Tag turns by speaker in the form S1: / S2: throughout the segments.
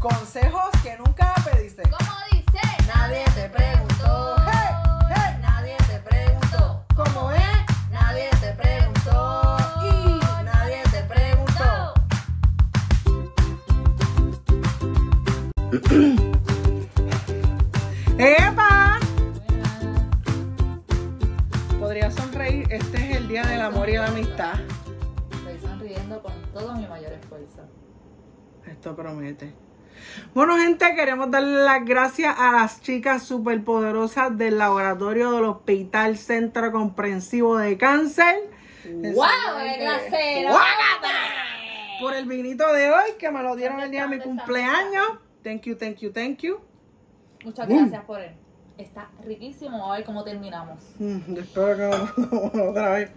S1: Consejos que nunca pediste.
S2: ¿Cómo dice?
S3: Nadie te preguntó.
S1: Hey, hey.
S3: Nadie te preguntó.
S1: ¿Cómo es?
S3: Nadie te preguntó. ¿Eh? Y nadie te preguntó.
S1: ¡Epa! Podría sonreír. Este es el día del amor y la amistad.
S3: Estoy sonriendo con todo mi mayor esfuerzo.
S1: Esto promete. Bueno, gente, queremos darle las gracias a las chicas superpoderosas del laboratorio del Hospital Centro Comprensivo de Cáncer.
S3: ¡Wow! ¡Es la cera!
S1: Por el vinito de hoy que me lo dieron el día de mi cumpleaños. Thank you, thank you, thank you.
S3: Muchas gracias por él. Está riquísimo. A ver cómo terminamos.
S1: Mm, yo espero que no- otra vez.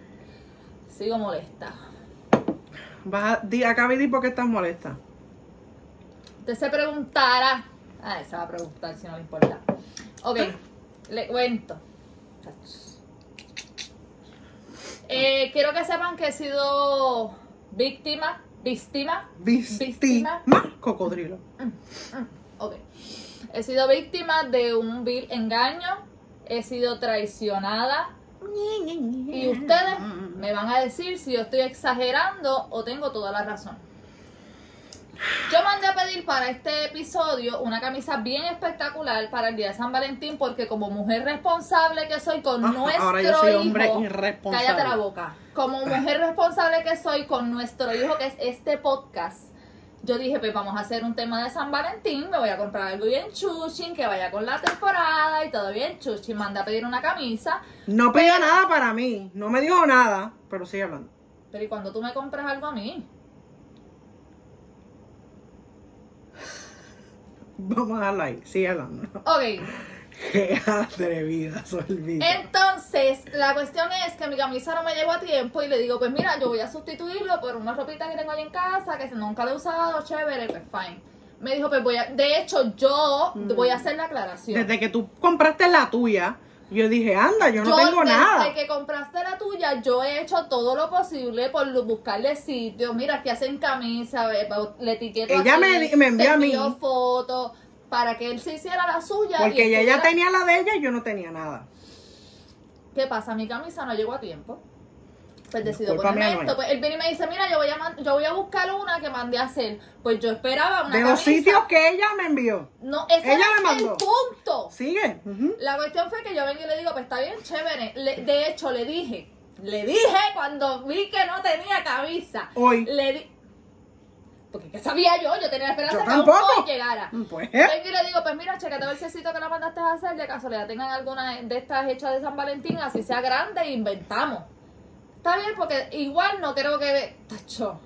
S3: Sigo molesta.
S1: Vas a, di, acá di por qué estás molesta.
S3: Usted se preguntara. Ah, se va a preguntar si no le importa. Ok, le cuento. Eh, quiero que sepan que he sido víctima, víctima,
S1: Víctima. Cocodrilo.
S3: ok. He sido víctima de un vil engaño, he sido traicionada. Y ustedes
S1: Mm,
S3: me van a decir si yo estoy exagerando o tengo toda la razón. Yo mandé a pedir para este episodio una camisa bien espectacular para el día de San Valentín porque como mujer responsable que soy con
S1: Ah,
S3: nuestro
S1: ahora yo soy
S3: hijo,
S1: hombre irresponsable. Ah.
S3: cállate la boca. Como mujer responsable que soy con nuestro hijo que es este podcast, yo dije, pues vamos a hacer un tema de San Valentín, me voy a comprar algo bien chuchin que vaya con la temporada y todo bien chuchin, manda a pedir una camisa.
S1: No pedía nada para mí. No me dijo nada, pero sigue hablando.
S3: Pero ¿y cuando tú me compras algo a mí?
S1: Vamos a dejarla ahí. Sigue hablando.
S3: Ok,
S1: Qué atrevida, Solvita.
S3: entonces la cuestión es que mi camisa no me llegó a tiempo y le digo, pues mira, yo voy a sustituirlo por una ropita que tengo ahí en casa, que nunca la he usado, chévere, pues fine. Me dijo, pues voy a, de hecho yo voy a hacer la aclaración.
S1: Mm. Desde que tú compraste la tuya, yo dije, anda, yo no tengo
S3: desde
S1: nada.
S3: que compraste la tuya, yo he hecho todo lo posible por lu- buscarle sitios. Mira, que hacen camisa, ve, pa- le etiqueto
S1: Ella
S3: aquí,
S1: me- me envió
S3: te
S1: a mí.
S3: fotos para que él se hiciera la suya. y
S1: Porque ella ya
S3: estuviera-
S1: tenía la de ella y yo no tenía nada.
S3: ¿Qué pasa? Mi camisa no llegó a tiempo. Pues
S1: No,
S3: decido
S1: culpa mía
S3: ponerme
S1: no
S3: esto.
S1: es.
S3: Pues él viene y me dice, mira, yo voy a, man- yo voy a buscar una que mandé a hacer. Pues yo esperaba una
S1: De los
S3: camisa.
S1: sitios que ella me envió.
S3: No, ese
S1: ella
S3: no
S1: me
S3: es el
S1: mandó.
S3: punto.
S1: Sigue. Ujú.
S3: La cuestión fue que yo vengo y le digo, pues está bien chévere. Le- de hecho, le dije, le dije cuando vi que no tenía camisa.
S1: Hoy.
S3: Le di... Porque ¿qué sabía yo? Yo tenía la esperanza
S1: Yo
S3: que aún
S1: tampoco.
S3: hoy llegara.
S1: Pues,
S3: Vengo y le digo, pues mira, checate a ver si el sitio que la mandaste a hacer, de casualidad tengan alguna de estas hechas de San Valentín, así sea grande, e inventamos. Está bien, porque igual no creo que... Tacho.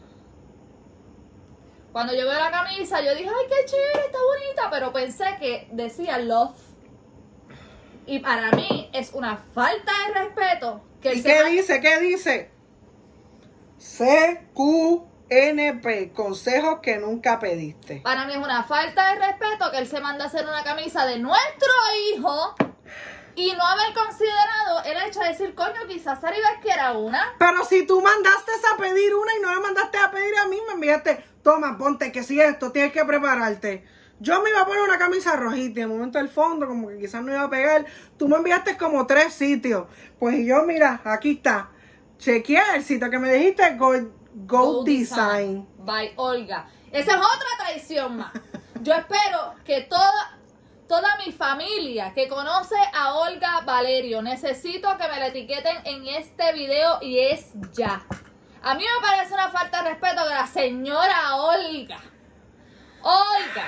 S3: Cuando yo veo la camisa, yo dije, ay, qué chévere, está bonita, pero pensé que decía love. Y para mí es una falta de respeto que
S1: ¿Y
S3: él
S1: qué
S3: se-
S1: dice? ¿Qué dice? CQNP, consejos que nunca pediste.
S3: Para mí es una falta de respeto que él se manda a hacer una camisa de nuestro hijo y no haber considerado el hecho de decir, coño, quizás Saribes quiera una.
S1: Pero si tú mandaste a pedir una y no me mandaste a pedir a mí, me enviaste, toma, ponte, que si esto, tienes que prepararte. Yo me iba a poner una camisa rojita y de momento al fondo, como que quizás no iba a pegar. Tú me enviaste como tres sitios. Pues y yo, mira, aquí está. Chequeé el sitio que me dijiste, Go, Go Design.
S3: By Olga. Esa es otra traición más. Yo espero que toda, toda mi familia que conoce a Olga Valerio, necesito que me la etiqueten en este video y es ya. A mí me parece una falta de respeto que la señora Olga. Olga,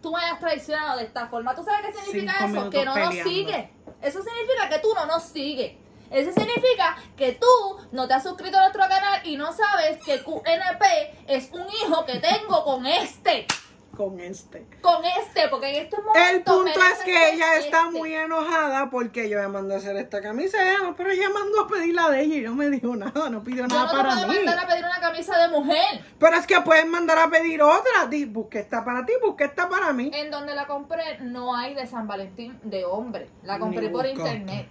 S3: tú me has traicionado de esta forma. ¿Tú sabes qué significa
S1: Cinco
S3: eso?
S1: minutos
S3: Que no nos
S1: peleando.
S3: sigue. Eso significa que tú no nos sigues. Eso significa que tú no te has suscrito a nuestro canal y no sabes que QNP es un hijo que tengo con este.
S1: Con este.
S3: Con este, porque en estos momentos.
S1: El punto es
S3: mereces
S1: que ella está
S3: este.
S1: muy enojada porque yo me mandé a hacer esta camisa, ella no, pero ella mandó a pedir la de ella y no me dijo nada, no pidió
S3: Yo
S1: nada
S3: no te
S1: para
S3: puedo
S1: mí.
S3: mandar a pedir una camisa de mujer
S1: Pero es que puedes mandar a pedir otra, di, busca esta para ti, busca esta para mí.
S3: en donde la compré. No hay de San Valentín de hombre. La
S1: Ni
S3: compré por
S1: busca.
S3: internet.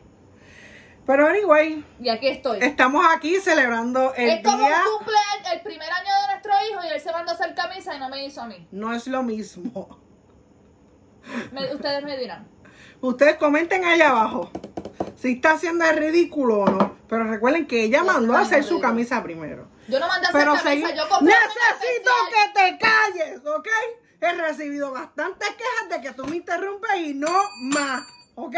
S1: Pero anyway,
S3: Y aquí estoy.
S1: estamos aquí celebrando el
S3: es como
S1: día.
S3: un cumpleaños, el primer año de nuestro hijo y él se mandó a hacer camisa ustedes no me hizo a mí.
S1: No es lo mismo.
S3: Me- ustedes me dirán.
S1: Ustedes comenten allá abajo si está haciendo el ridículo o no. Pero recuerden que ella
S3: No,
S1: mandó a
S3: no,
S1: hacer
S3: no,
S1: su
S3: no.
S1: camisa primero.
S3: Yo no mandé a hacer
S1: Pero
S3: camisa,
S1: segui-
S3: yo compré
S1: necesito que te calles, ¿ok? He recibido bastantes quejas de que tú me interrumpes y no más, ¿ok?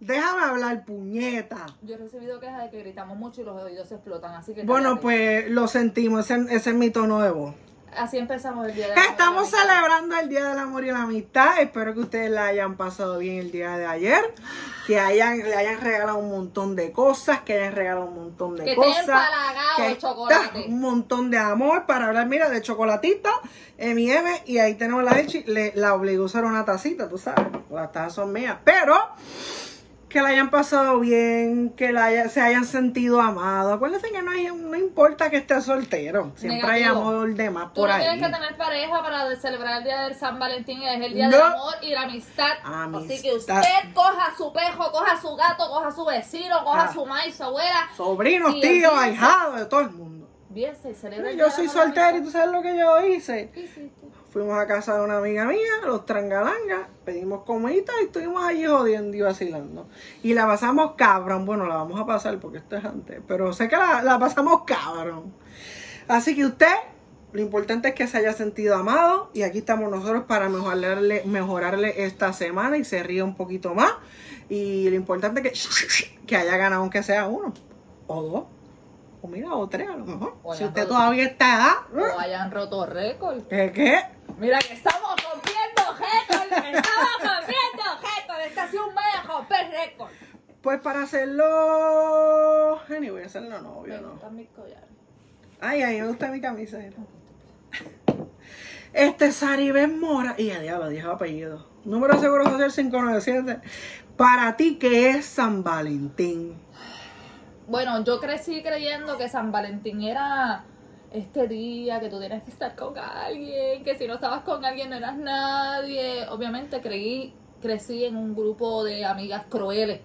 S1: Déjame hablar, puñeta.
S3: Yo he recibido quejas de que gritamos mucho y los oídos se explotan, así que...
S1: Bueno,
S3: cállate.
S1: pues lo sentimos, ese, ese es mi tono de voz.
S3: Así empezamos el día de hoy.
S1: Estamos celebrando el Día del Amor y la Amistad. Espero que ustedes la hayan pasado bien el día de ayer. Que hayan, le hayan regalado un montón de cosas, que hayan regalado un montón de
S3: Que estén
S1: cosas.
S3: empalagados de
S1: está
S3: chocolate.
S1: Un montón de amor para hablar, mira, de chocolatita, M&M, y ahí tenemos la Echi. Le- la obligó a usar una tacita, tú sabes. Las tazas son mías. Pero que la hayan pasado bien, que la haya- se hayan sentido amados. Acuérdense que no, hay- no importa que estés soltero. Siempre hay
S3: Negativo.
S1: amor de más
S3: Tú
S1: por
S3: no
S1: ahí.
S3: tienes que tener pareja para celebrar el día del San Valentín, es el día
S1: No.
S3: del amor y la amistad.
S1: Amistad.
S3: Así que usted coja su pejo, coja su gato, coja su vecino, coja
S1: Ah.
S3: su maíz, su abuela.
S1: Sobrinos,
S3: Y
S1: tíos,
S3: entonces-
S1: ahijados, de todo el mundo.
S3: Viese y celebra el día
S1: Yo
S3: del
S1: soy
S3: amor y la
S1: soltera y tú
S3: amistad.
S1: sabes lo que yo hice.
S3: ¿Qué hiciste?
S1: Fuimos a casa de una amiga mía, los trangalangas, pedimos comidita y estuvimos allí jodiendo y vacilando. Y la pasamos cabrón. Bueno, la vamos a pasar porque esto es antes, pero sé que la, la pasamos cabrón. Así que usted, lo importante es que se haya sentido amado y aquí estamos nosotros para mejorarle, mejorarle esta semana y se ríe un poquito más. Y lo importante es que, que haya ganado aunque sea uno o dos. O mira, o tres a lo mejor.
S3: O
S1: si
S3: hayan
S1: usted
S3: roto-
S1: todavía está... ¿eh?
S3: O hayan roto récord.
S1: ¿Qué? qué?
S3: Mira que estamos rompiendo récord, estamos rompiendo récord. Este ha sido un mes de romper récord.
S1: Pues para hacerlo. Anyway, hacerlo no, obvio no.
S3: gustan mis collares.
S1: Ay, ay, me gusta mi camiseta. Este Saribes Mora. Y a diablo, dije apellido. Número de seguro social 597. Para ti que es San Valentín.
S3: Bueno, yo crecí creyendo que San Valentín era este día que tú tienes que estar con alguien, que si no estabas con alguien no eras nadie. Obviamente creí, crecí en un grupo de amigas crueles.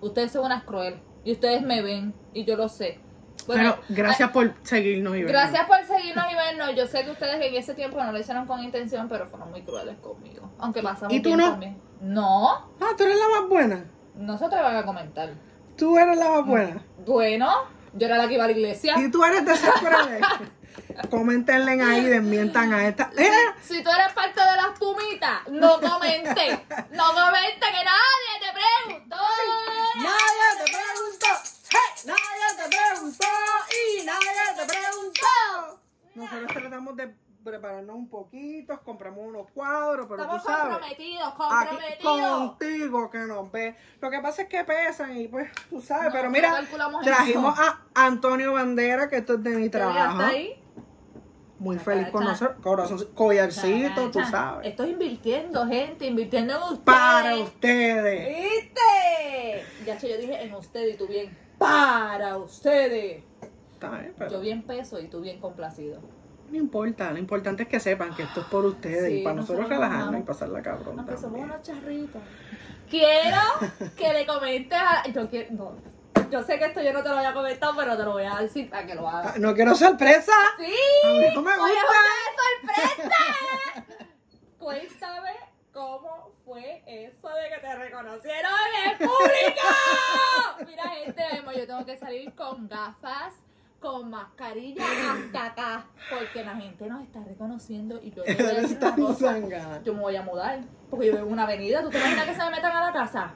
S3: Ustedes son unas crueles y ustedes me ven y yo lo sé. Bueno,
S1: Pero gracias por seguirnos y vernos.
S3: Gracias por seguirnos y vernos. Yo sé que ustedes en ese tiempo no lo hicieron con intención, pero fueron muy crueles conmigo. Aunque pasamos
S1: ¿Y tú
S3: bien
S1: no?
S3: también. No,
S1: Ah, tú eres la más buena.
S3: no se atrevan a comentar.
S1: Tú eres la más buena.
S3: Bueno, yo era la que iba a la iglesia.
S1: Y tú eres de esas crueles. Coméntenle ahí, desmientan a esta. ¡Eh!
S3: Si tú eres parte de las tumitas, no comentes. No comentes que nadie te preguntó.
S1: Nadie te preguntó, hey, nadie te preguntó y nadie te preguntó. Nosotros tratamos de prepararnos un poquito, compramos unos cuadros, pero
S3: Estamos
S1: tú sabes,
S3: comprometidos,
S1: aquí
S3: comprometidos.
S1: contigo que nos ve. Lo que pasa es que pesan y pues tú sabes,
S3: No,
S1: pero
S3: no
S1: mira,
S3: calculamos
S1: trajimos a Antonio Bandera, que esto es de mi
S3: Pero ya
S1: trabajo.
S3: está ahí.
S1: Muy
S3: Cha,
S1: feliz con
S3: cha.
S1: nosotros, corazón, collarcito, tú
S3: Chan,
S1: sabes.
S3: Estoy invirtiendo, gente, invirtiendo en ustedes.
S1: Para ustedes.
S3: ¿Viste? Ya sé, yo dije en ustedes y tú bien. Para ustedes.
S1: Está bien, pero-
S3: Yo bien peso y tú bien complacido.
S1: No importa, lo importante es que sepan que esto es por ustedes
S3: Sí,
S1: y para nosotros
S3: nosotros
S1: relajarnos
S3: amamos.
S1: y pasar la cabrón.
S3: Aunque somos
S1: también.
S3: unos charritos. Quiero que le comentes a. Yo quiero. no. Yo sé que esto yo no te lo voy a comentar, pero te lo voy a decir para que lo
S1: Ah,
S3: hagas.
S1: No quiero sorpresa.
S3: ¡Sí!
S1: A mí no me
S3: ¡Hoy es
S1: gusta.
S3: una sorpresa! Cuéntame cómo fue eso de que te reconocieron en el público. Mira, gente, vemos, yo tengo que salir con gafas, con mascarilla hasta acá, porque la gente nos está reconociendo y yo te voy a decir
S1: Eres
S3: una
S1: tan
S3: cosa.
S1: zangana.
S3: Yo me voy a mudar, porque yo vivo en una avenida. ¿Tú te imaginas que se me metan a la casa?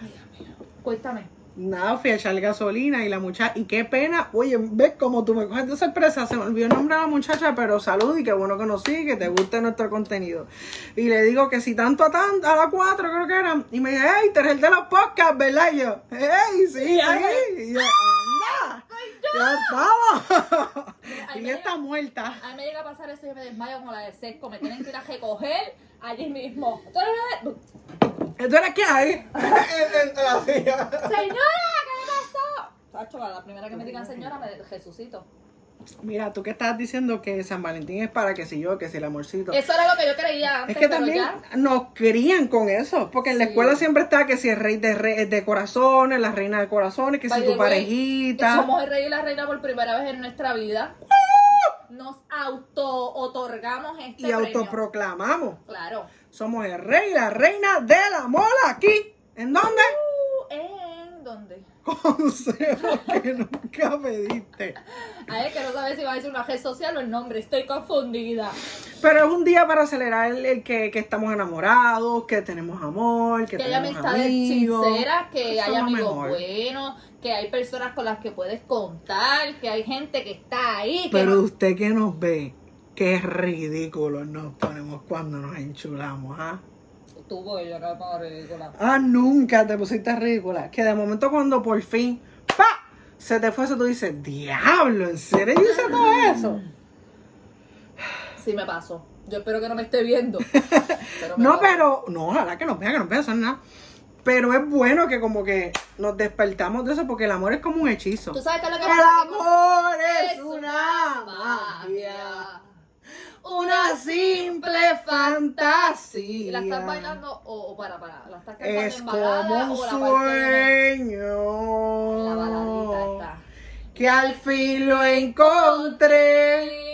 S3: Ay, Dios mío. Cuéntame.
S1: Nada, fui a echar gasolina y la muchacha. Y qué pena. Oye, ves como tú me coges de sorpresa. Se me olvidó el nombre de la muchacha, pero salud y qué bueno que nos sigue, que te guste nuestro contenido. Y le digo que si tanto a tan, a las 4 creo que eran. Y me dice, hey, te eres el de los podcasts, ¿verdad? Y yo, hey, sí, sí. Y yo, anda. Ya estamos.
S3: Ay,
S1: y
S3: me
S1: está
S3: llega-
S1: muerta.
S3: A mí me llega a pasar eso y yo me desmayo con la de sesco. Me tienen que ir a recoger allí mismo. Tú eres una de-
S1: ¿Tú eres qué hay? en, en la silla.
S3: ¡Señora! ¿Qué le pasó? Chacho, a la primera que me digan señora me resucito.
S1: Mira, tú que estás diciendo que San Valentín es para que si yo, que si el amorcito.
S3: Eso era lo que yo creía antes,
S1: Es que
S3: pero
S1: también
S3: ya.
S1: nos crían con eso, porque en la
S3: Sí.
S1: escuela siempre está que si el rey de, re- de corazones, la reina de corazones, que si
S3: By the
S1: tu
S3: way,
S1: parejita.
S3: Somos el rey y la reina por primera vez en nuestra vida. nos auto-otorgamos este
S1: y
S3: premio.
S1: autoproclamamos.
S3: Claro.
S1: Somos el rey y la reina de la mola aquí. ¿En dónde?
S3: Uh, ¿En dónde?
S1: Consejo que nunca pediste.
S3: A ver, que no sabes si va a decir una red social o el nombre. Estoy confundida.
S1: Pero es un día para celebrar el, el que, que estamos enamorados, que tenemos amor, que,
S3: que haya
S1: tenemos
S3: amistades
S1: amigos.
S3: sinceras, que
S1: Eso es
S3: hay
S1: lo
S3: amigos
S1: mejor.
S3: buenos, que hay personas con las que puedes contar, que hay gente que está ahí. Que
S1: Pero
S3: no-
S1: usted que nos ve, qué ridículos nos ponemos cuando nos enchulamos, ¿ah?
S3: Tú, voy, yo no me hago ridícula.
S1: Ah, nunca te pusiste ridícula. Que de momento cuando por fin, ¡pa! Se te fue eso, tú dices, diablo, ¿en serio yo hice todo
S3: Mm.
S1: eso?
S3: Sí me pasó. Yo espero que no me esté viendo. me
S1: No,
S3: pasó.
S1: pero, no, ojalá que nos vea, que nos vea hacer nada. Pero es bueno que como que nos despertamos de eso porque el amor es como un hechizo.
S3: ¿Tú sabes qué es lo que
S1: El
S3: pasa? Que con-
S1: amor es una magia. Una simple
S3: ¿Y
S1: fantasía.
S3: la estás bailando o, o para, para? ¿La estás cantando
S1: Es
S3: en
S1: como un
S3: balada o la parte de-
S1: sueño.
S3: La baladita está.
S1: que al fin lo encontré.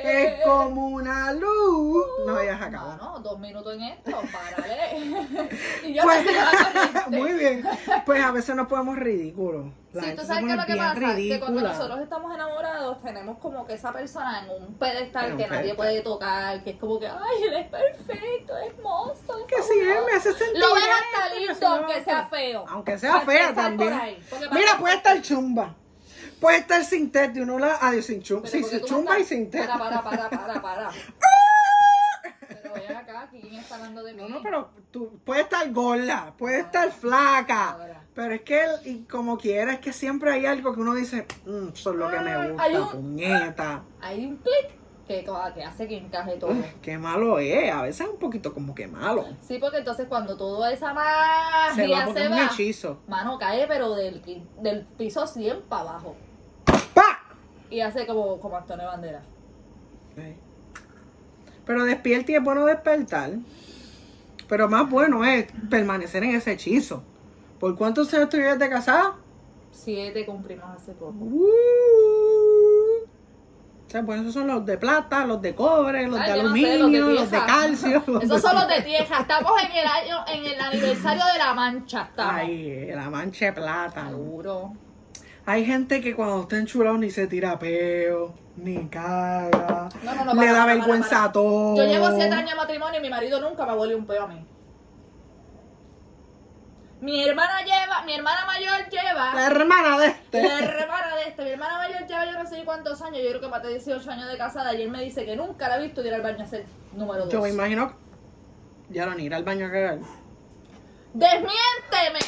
S1: Es
S3: Es
S1: como una luz. No, ya se
S3: Uh, No,
S1: acabó.
S3: no, dos minutos en esto, párale. y yo
S1: Pues-
S3: no sé Este, la corriente.
S1: Muy bien. Pues a veces nos ponemos ridículos. La
S3: Sí,
S1: gente
S3: tú
S1: se
S3: sabes qué
S1: pone
S3: es lo que
S1: bien
S3: pasa, que cuando
S1: ridícula.
S3: nosotros estamos enamorados tenemos como que esa persona en un pedestal
S1: En un
S3: que nadie
S1: pedestal.
S3: puede tocar, que es como que, ay, él es perfecto, es hermoso. es
S1: Que sí,
S3: fabuloso".
S1: me hace sentir.
S3: Lo ves
S1: esto,
S3: hasta
S1: que
S3: lindo,
S1: se lo
S3: aunque
S1: hace.
S3: sea feo.
S1: Aunque sea
S3: Para
S1: fea
S3: empezar por
S1: también.
S3: ahí, porque para
S1: Mira, pues,
S3: empezar-
S1: puede estar chumba. Puede estar sin test de uno la. Adiós, sin chumba.
S3: Pero
S1: Sí,
S3: porque
S1: sin
S3: tú no
S1: chumba y
S3: estás-
S1: sin test.
S3: Para, para, para, para, para. pero ven acá, ¿quién está hablando de mí?
S1: No, no, pero tú puedes estar gorda, puedes
S3: Ah,
S1: estar flaca,
S3: ahora.
S1: pero es que el- y como quiera, es que siempre hay algo que uno dice, "Mm, eso es lo que me
S3: Ah,
S1: gusta,
S3: hay un- Ah,
S1: puñeta.
S3: Hay un clic que, que hace que encaje todo.
S1: Uf, Pues, qué malo es, a veces es un poquito como que malo.
S3: Sí, porque entonces cuando toda esa magia
S1: Se va porque
S3: se
S1: es un
S3: va,
S1: hechizo.
S3: mano cae, pero del, qui- del piso 100 para abajo.
S1: ¡Pa!
S3: Y hace como, como Antonio Bandera.
S1: Sí. Pero despierta y es bueno despertar. Pero más bueno es permanecer en ese hechizo. ¿Por cuántos años estuvieras de casada?
S3: Siete cumplimos hace poco.
S1: Uh. O sea, pues esos son los de plata, los de cobre, los
S3: Ay,
S1: de
S3: yo no sé,
S1: aluminio, los de,
S3: tieja.
S1: calcio. los
S3: Esos son
S1: de-
S3: los de tieja. Estamos en el año, en el aniversario de la mancha. Estamos.
S1: Ay, la mancha de plata.
S3: Seguro.
S1: Hay gente que cuando está enchulado ni se tira peo, ni caga,
S3: No, no, no,
S1: le
S3: para,
S1: da
S3: para,
S1: vergüenza
S3: para,
S1: a todo.
S3: Yo llevo siete años de matrimonio y mi marido nunca me huele un peo a mí. Mi hermana lleva, mi hermana mayor lleva.
S1: La hermana de este.
S3: La hermana de este, mi hermana mayor lleva yo no sé cuántos años, yo creo que más de 18 años de casada y él me dice que nunca la ha visto ir al baño a hacer número
S1: Yo me
S3: 2.
S1: imagino. Ya no, ni ir al baño a cagar.
S3: ¡Desmiénteme!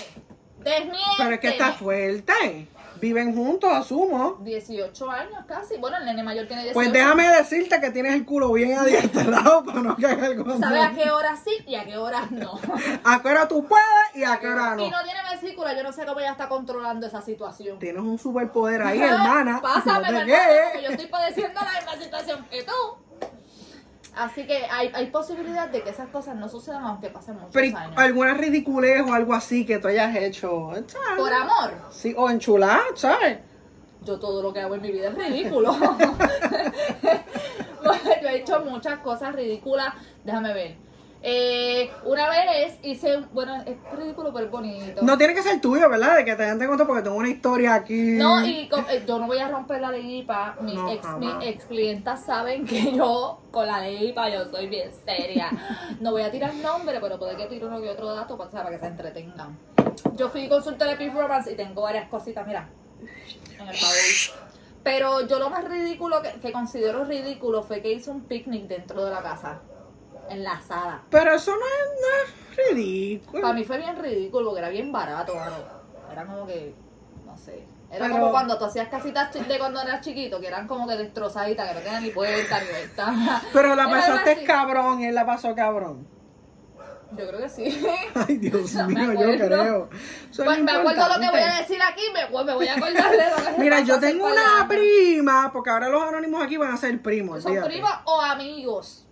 S3: ¡Desmiénteme!
S1: Pero es que está fuerte. Viven juntos, asumo.
S3: 18 años casi. Bueno, el nene mayor tiene 18.
S1: Pues déjame decirte que tienes el culo bien adiestrado para no cagar con
S3: Sabe a qué hora sí y a qué hora no.
S1: ¿A qué hora tú puedes y a qué hora no?
S3: Y no tiene vesícula, yo no sé cómo ella está controlando esa situación.
S1: Tienes un superpoder ahí, hermana.
S3: Pásame,
S1: No te
S3: hermana,
S1: quejes.
S3: porque yo estoy padeciendo la misma situación que tú. Así que hay, hay posibilidad de que esas cosas no sucedan aunque pasen muchos
S1: Pero ¿y
S3: años.
S1: alguna ridiculez o algo así que tú hayas hecho, ¿sabes?
S3: Por amor.
S1: Sí, o enchular, ¿sabes?
S3: Yo todo lo que hago en mi vida es ridículo. Bueno, yo he hecho muchas cosas ridículas. Déjame ver. Eh, una vez hice, un- bueno, es ridículo pero es bonito.
S1: No tiene que ser tuyo, ¿verdad? De que te hayan contado porque tengo una historia aquí.
S3: No, y con- eh, yo no voy a romper la ley IPA. Mis
S1: Mm. No,
S3: ex,
S1: jamás.
S3: mis ex clientas saben que yo con la ley IPA yo soy bien seria. No voy a tirar nombre, pero puede que tire uno que otro dato para, para que se entretengan. Yo fui consultora de performance y tengo varias cositas, mira, en el baúl. Pero yo lo más ridículo que, que considero ridículo fue que hice un picnic dentro de la casa, enlazada.
S1: Pero eso no es, no es ridículo.
S3: Para mí fue bien ridículo, porque era bien barato, mano. Era como que, no sé. Era
S1: Pero-
S3: como cuando tú hacías casitas chi- de cuando eras chiquito, que eran como que destrozaditas, que no tenían ni puerta, ni ventana.
S1: Pero la
S3: Era algo
S1: pasaste
S3: así.
S1: cabrón, él la pasó cabrón.
S3: Yo creo que sí.
S1: Ay, Dios
S3: No me
S1: mío, yo
S3: acuerdo.
S1: creo. Eso es
S3: Pues me acuerdo lo que voy a
S1: importante.
S3: decir aquí, me, voy- me voy a acordar de lo que
S1: Mira,
S3: pasó
S1: yo
S3: hace
S1: tengo
S3: par de
S1: una
S3: años.
S1: prima, porque ahora los anónimos aquí van a ser primos.
S3: ¿Son
S1: olvídate.
S3: primos o amigos?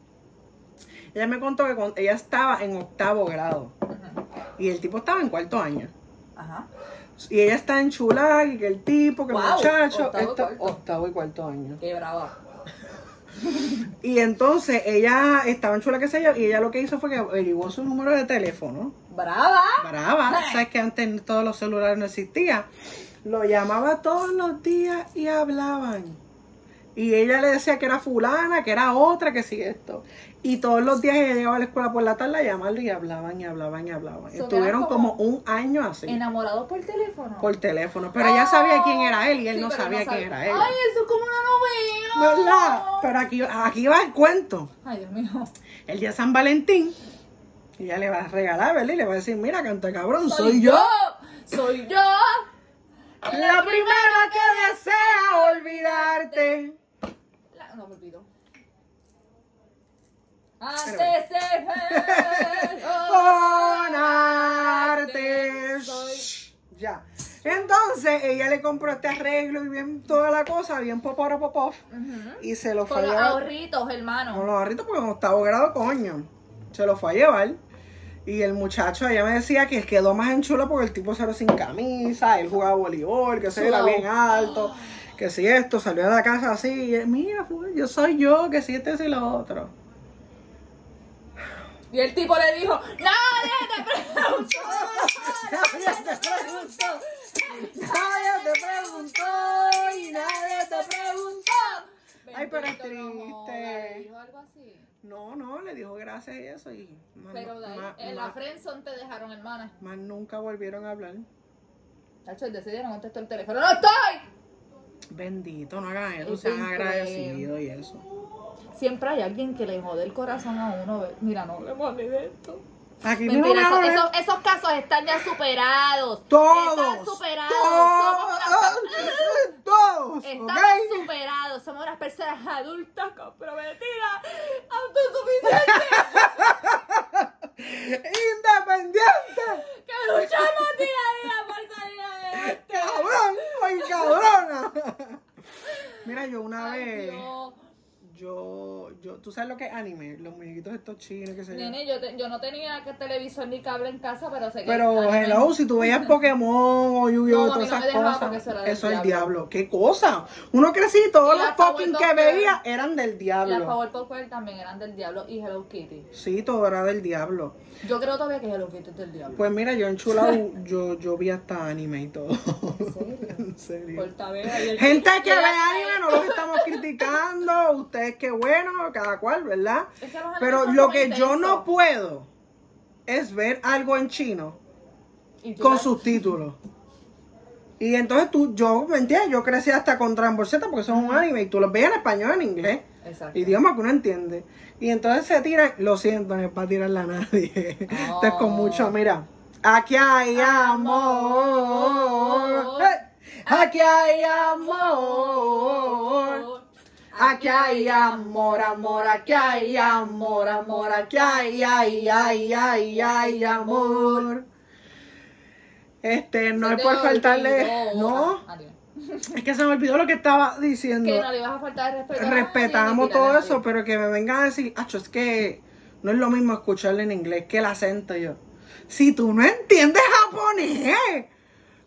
S1: Ella me contó que cuando- ella estaba en octavo grado
S3: Ujú.
S1: y el tipo estaba en cuarto año.
S3: Ajá.
S1: Y ella está en chula, y que el tipo, que el
S3: Wow,
S1: muchacho.
S3: octavo y
S1: esto-
S3: cuarto.
S1: octavo y cuarto año.
S3: Qué brava.
S1: Y entonces ella estaba en chula, qué sé yo, y ella lo que hizo fue que averiguó su número de teléfono.
S3: Brava.
S1: Brava, sabes que antes todos los celulares no existían. Lo llamaba todos los días y hablaban. Y ella le decía que era fulana, que era otra, que sí esto. Y todos los días ella llegaba a la escuela por la tarde a llamarle y hablaban y hablaban y hablaban.
S3: So,
S1: Estuvieron
S3: eran
S1: como,
S3: como-
S1: un año así,
S3: Enamorado por teléfono.
S1: por teléfono. Pero ella sabía quién era él y él
S3: Sí,
S1: no
S3: pero
S1: sabía quién era él.
S3: Ay, eso es como una novela.
S1: ¿Verdad? Pero aquí, aquí va el cuento.
S3: Ay, Dios mío.
S1: El día de San Valentín, ella le va a regalar, ¿verdad? Y le va a decir, mira, canta cabrón, soy, yo.
S3: Soy yo.
S1: La primera que desea olvidarte.
S3: La- No me olvido. Antes de
S1: Con arte.
S3: Soy-
S1: Ya. Entonces ella le compró este arreglo y bien toda la cosa, bien poporo popov.
S3: Ujú.
S1: Y se lo fue a
S3: Con los
S1: llevar-
S3: ahorritos,
S1: Con
S3: hermano.
S1: los ahorritos, porque en octavo grado, coño. Se lo fue a llevar. Y el muchacho, ella me decía que quedó más en chula porque el tipo se lo sin camisa, él jugaba voleibol, que se era
S3: Sudado.
S1: bien alto, que si esto, salió de la casa así, y él, mira, pues, yo soy yo, que si este y lo otro.
S3: Y el tipo le dijo, nadie te preguntó.
S1: Nadie te preguntó, nadie te preguntó y nadie te preguntó. Ay, pero es
S3: Bendito,
S1: triste.
S3: no joda, le dijo algo así.
S1: No, no, le dijo gracias y eso y más,
S3: Pero de ahí,
S1: más-
S3: en la
S1: más-
S3: Friendzone te dejaron, hermana.
S1: más nunca volvieron a hablar.
S3: Nacho, decidieron contestar el teléfono. ¡No estoy!
S1: Bendito, no hagan eso,
S3: Es
S1: sean
S3: increíble.
S1: agradecidos y eso.
S3: Siempre hay alguien que le jode el corazón a uno. ve. Mira, no hablemos ni de esto.
S1: Aquí no
S3: Mentira,
S1: van a
S3: eso-
S1: ver
S3: esos, esos casos están ya superados. Están
S1: todos.
S3: superados. Somos
S1: Todos.
S3: unas-
S1: Todos. ¿ok?
S3: Estamos superados, somos unas personas adultas comprometidas, autosuficientes,
S1: Independiente.
S3: que luchamos día a día por salir adelante.
S1: Cabrón. Ay, cabrona. Mira, yo una
S3: Ay,
S1: vez.
S3: Dios.
S1: Yo, yo, tú sabes lo que es anime, los muñequitos estos chinos, que se
S3: Nene, yo, te- yo no tenía que televisor ni cable en casa, pero sé que.
S1: Pero,
S3: Ay,
S1: hello, si tú veías Pokémon o Yu-Gi-Oh!
S3: No, a mí
S1: todas
S3: no
S1: esas
S3: me dejaba porque
S1: cosas,
S3: eso era del
S1: eso es el
S3: diablo.
S1: diablo. ¿Qué cosa? Uno crecí y todos
S3: Y
S1: los
S3: las
S1: fucking que
S3: Powerpuff
S1: veía eran del
S3: Las
S1: diablo.
S3: Powerpuff Girls también eran del diablo y Hello Kitty.
S1: Sí, todo era del diablo.
S3: Yo creo todavía que Hello Kitty es del diablo.
S1: Pues mira, yo en Chulao, yo, yo vi hasta anime y todo.
S3: ¿En serio?
S1: en serio.
S3: Cortavena y el-
S1: Gente que ve
S3: Era-
S1: anime, no los estamos criticando. Ustedes qué bueno, cada cual, ¿verdad?
S3: Es que los animes
S1: Pero
S3: son
S1: lo
S3: como
S1: que yo
S3: intensos.
S1: no puedo es ver algo en chino
S3: Y tú
S1: con
S3: la-
S1: subtítulos. Y entonces tú, yo, ¿me entiendes? Yo crecí hasta con Trambolseta porque son un anime y tú los veías en español, en inglés.
S3: Exacto.
S1: Idioma que uno entiende. Y entonces se tiran, lo siento, no es para tirarla a nadie. Entonces
S3: Oh.
S1: con mucho, mira, aquí hay amor.
S3: Amor.
S1: Eh, Aquí hay amor. Aquí hay amor, amor, aquí hay amor, amor, aquí hay, ay, ay, ay, ay, amor. Este, no
S3: Se
S1: es
S3: te
S1: por faltarle,
S3: olvidó.
S1: no,
S3: Ah, dime.
S1: es que se me olvidó lo que estaba diciendo
S3: Que no le ibas a faltar el respeto. a nadie,
S1: respetamos
S3: ni tirarle
S1: todo
S3: a
S1: eso,
S3: nadie.
S1: pero que me vengan a decir, acho, es que no es lo mismo escucharlo en inglés que el acento yo. Si tú no entiendes japonés,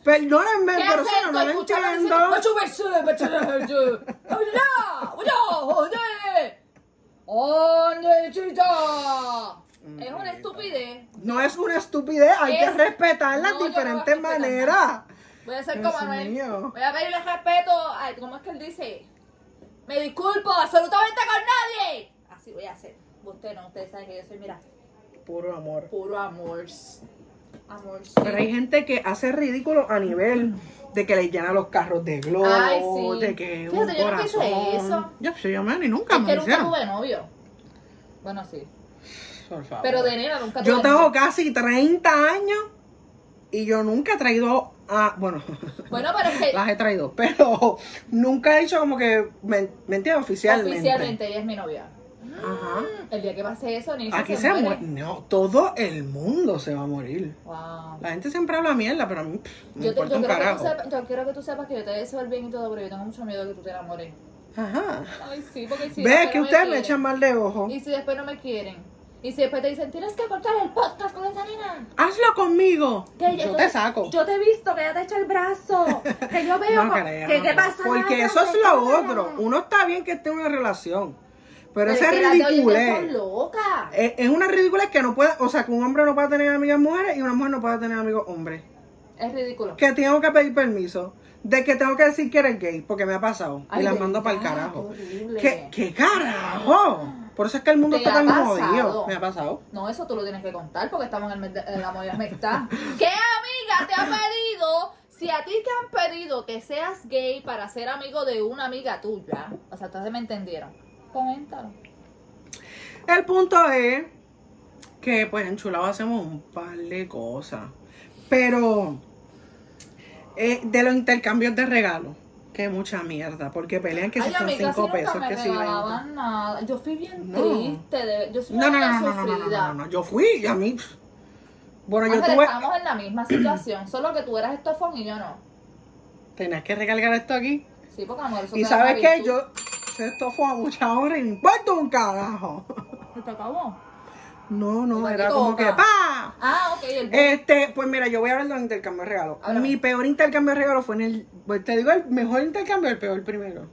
S1: perdónenme,
S3: ¿Qué
S1: pero si no,
S3: acento?
S1: no lo
S3: Escuchar el
S1: entiendo.
S3: acento. Ocho versiones, versiones, versiones. Hola, hola, joder. ¿Dónde, chicha? Es una estupidez.
S1: No es una estupidez, hay que
S3: Es-
S1: respetar las
S3: No, yo no
S1: diferentes
S3: voy a respetar
S1: maneras.
S3: Voy a hacer
S1: Dios
S3: como
S1: mío.
S3: Manuel. Voy a pedirle respeto a. ¿Cómo es que él dice? Me disculpo absolutamente con nadie. Así voy a hacer. Usted no, ustedes saben que yo soy, mira,
S1: Puro amor.
S3: puro amor. Amor.
S1: Pero hay gente que hace ridículo a nivel de que le llenan los carros de globo,
S3: Ay, sí.
S1: de que
S3: Fíjate,
S1: un
S3: yo nunca hice
S1: corazón.
S3: eso.
S1: Yo, sí, yo, man, y nunca
S3: Es
S1: me
S3: que
S1: lo
S3: nunca
S1: hicieron.
S3: tuve novio. Bueno, sí.
S1: Por favor.
S3: Pero de nena nunca tuve
S1: Ah, Yo tengo
S3: novio.
S1: casi 30 años y yo nunca he traído a. Bueno,
S3: Bueno, pero es que
S1: las he traído, pero nunca he dicho como que. ¿Me, me entiendes? Oficialmente.
S3: oficialmente ella es mi novia.
S1: Ajá.
S3: El día que pase eso, ni
S1: Aquí se muere. No, todo el mundo se va a morir.
S3: Wow.
S1: La gente siempre habla mierda, pero a mí pff, me
S3: Yo, te-
S1: importa
S3: yo
S1: un
S3: creo que tú
S1: carajo.
S3: sepas, yo quiero que tú sepas que yo te deseo el bien y todo, pero yo tengo mucho miedo de que tú te enamores.
S1: Ajá.
S3: Ay, sí, porque si
S1: Ve
S3: después
S1: que
S3: no
S1: ustedes me
S3: quieren-
S1: echan mal de ojo.
S3: Y si después no me quieren. Y si después te dicen, tienes que cortar el podcast con esa nena.
S1: Hazlo conmigo.
S3: Que
S1: yo
S3: yo-
S1: te saco.
S3: Yo te he visto que ella te echa el brazo. Que yo veo
S1: No
S3: con-
S1: creo,
S3: que
S1: no
S3: qué
S1: creo.
S3: pasa.
S1: Porque
S3: Nada,
S1: eso es
S3: que
S1: lo
S3: nada.
S1: otro. Uno está bien que esté en una relación. Pero,
S3: Pero
S1: ese
S3: es que
S1: es eh.
S3: las de hoy en día
S1: ridiculez.
S3: son locas.
S1: Es, es una ridiculez que no puede, o sea, que un hombre no puede tener amigas mujeres y una mujer no puede tener amigos hombres.
S3: Es ridículo.
S1: Que tengo que pedir permiso, de que tengo que decir que eres gay, porque me ha pasado. y
S3: Ay,
S1: las
S3: ¿verdad?
S1: mando para el carajo.
S3: Qué horrible.
S1: ¿Qué, ¿Qué carajo? Por eso es que el mundo
S3: Te
S1: está
S3: ha
S1: tan
S3: pasado.
S1: jodido. Me ha pasado.
S3: No, eso tú lo tienes que contar porque estamos en el mes de en la amor y amistad. ¿Qué amiga te ha pedido? Si a ti te han pedido que seas gay para ser amigo de una amiga tuya, o sea, entonces me entendieron. Coméntalo.
S1: El punto es que pues en Chulao hacemos un par de cosas. Pero eh, de los intercambios de regalos, que mucha mierda, porque pelean que si
S3: Ay,
S1: son
S3: amiga, si
S1: 5
S3: nunca
S1: pesos,
S3: me
S1: que si 20.
S3: regalaban nada. Yo fui bien
S1: No.
S3: triste. de- yo soy
S1: No, no,
S3: una
S1: no,
S3: niña
S1: no, no, no, no,
S3: sufrida.
S1: no, no, yo fui y a mí. pff. Bueno, yo
S3: Ángel,
S1: tuve.
S3: Estamos en la misma situación, solo que tú eras estofón y yo no.
S1: Tenías que recargar esto aquí.
S3: Sí, porque amor, eso
S1: Y
S3: te da
S1: sabes
S3: una
S1: que
S3: virtud.
S1: yo. Esto fue a mucha hora y me importa un carajo.
S3: ¿Se te acabó?
S1: No, no,
S3: Igual
S1: era
S3: que
S1: como
S3: Coca.
S1: que ¡pa!
S3: Ah, ok, el
S1: Este, pues mira, yo voy a hablar de los intercambios de regalos.
S3: Háblame.
S1: Mi peor intercambio de regalos fue en el. pues te digo el mejor intercambio, el peor primero.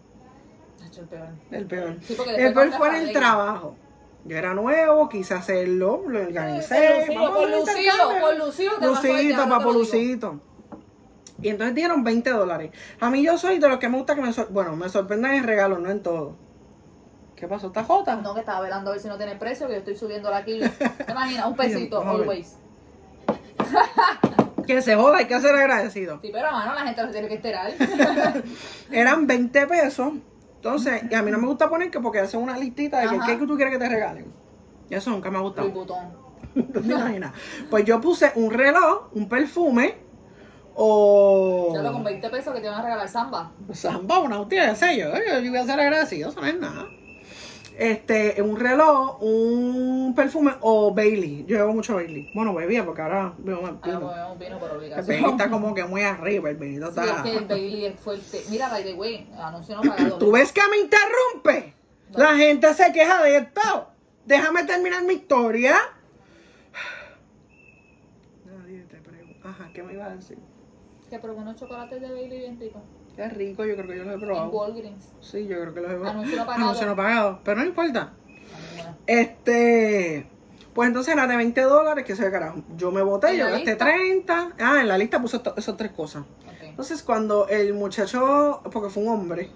S3: Nacho, el peor.
S1: El peor.
S3: Sí, porque después
S1: el peor
S3: no
S1: fue
S3: te
S1: en el
S3: arregla.
S1: trabajo. Yo era nuevo, quise hacerlo, lo organicé.
S3: Eh, Con Lucido,
S1: vamos a
S3: con
S1: un
S3: Lucido,
S1: intercambio.
S3: con Lucido te vas a
S1: Lucito,
S3: sortear,
S1: papo
S3: te lo digo.
S1: Lucito. Y entonces dieron 20 dólares. A mí yo soy de los que me gusta que me sor- Bueno, me sorprendan en regalos, no en todo. ¿Qué pasó? ¿Estás jota?
S3: No, que estaba velando a ver si no tiene precio, que yo estoy subiéndola aquí. ¿Te imaginas? Un pesito,
S1: Vamos a ver.
S3: always.
S1: Que se joda, hay que ser agradecido.
S3: Sí, pero mano, la gente lo tiene que enterar.
S1: Eran 20 pesos. Entonces, y a mí no me gusta poner que porque hacen una listita de que,
S3: Ajá.
S1: qué que tú quieres que te regalen. Y eso nunca me ha
S3: Luis
S1: gustado.
S3: Butón.
S1: ¿Tú te imaginas? Pues yo puse un reloj, un perfume o.
S3: Yo lo con 20 pesos que te van a regalar samba.
S1: Samba, una hostia, qué sé yo. eh, Yo yo voy a ser agradecido, eso no es nada. Este, un reloj, un perfume o Bailey. Yo bebo mucho Bailey. Bueno, bebía porque ahora bebo más
S3: Ahora
S1: vino.
S3: comemos vino por
S1: El Bailey
S3: obligación.
S1: está como que muy arriba, el Bailey
S3: Sí, es
S1: está...
S3: que el Bailey es fuerte. Mira, by the way, anuncio no pagado.
S1: ¿Tú ves que me interrumpe? La gente se queja de esto. Déjame terminar mi historia. Nadie te pregunta. Ajá, ¿qué me iba a decir?
S3: Que probó unos chocolates de Bailey bien ricos.
S1: Qué rico, yo creo que yo lo he
S3: En
S1: probado.
S3: Walgreens.
S1: Sí, yo creo que lo he probado.
S3: Anuncio no pagado.
S1: Anuncio no pagado, pero no importa.
S3: Ay, bueno.
S1: Este, pues entonces era de 20 dólares, que se ve carajo. Yo me boté,
S3: ¿En
S1: yo
S3: la
S1: gasté
S3: lista?
S1: 30. Ah, en la lista puse to- esas tres cosas.
S3: Ok.
S1: Entonces cuando el muchacho, porque fue un hombre,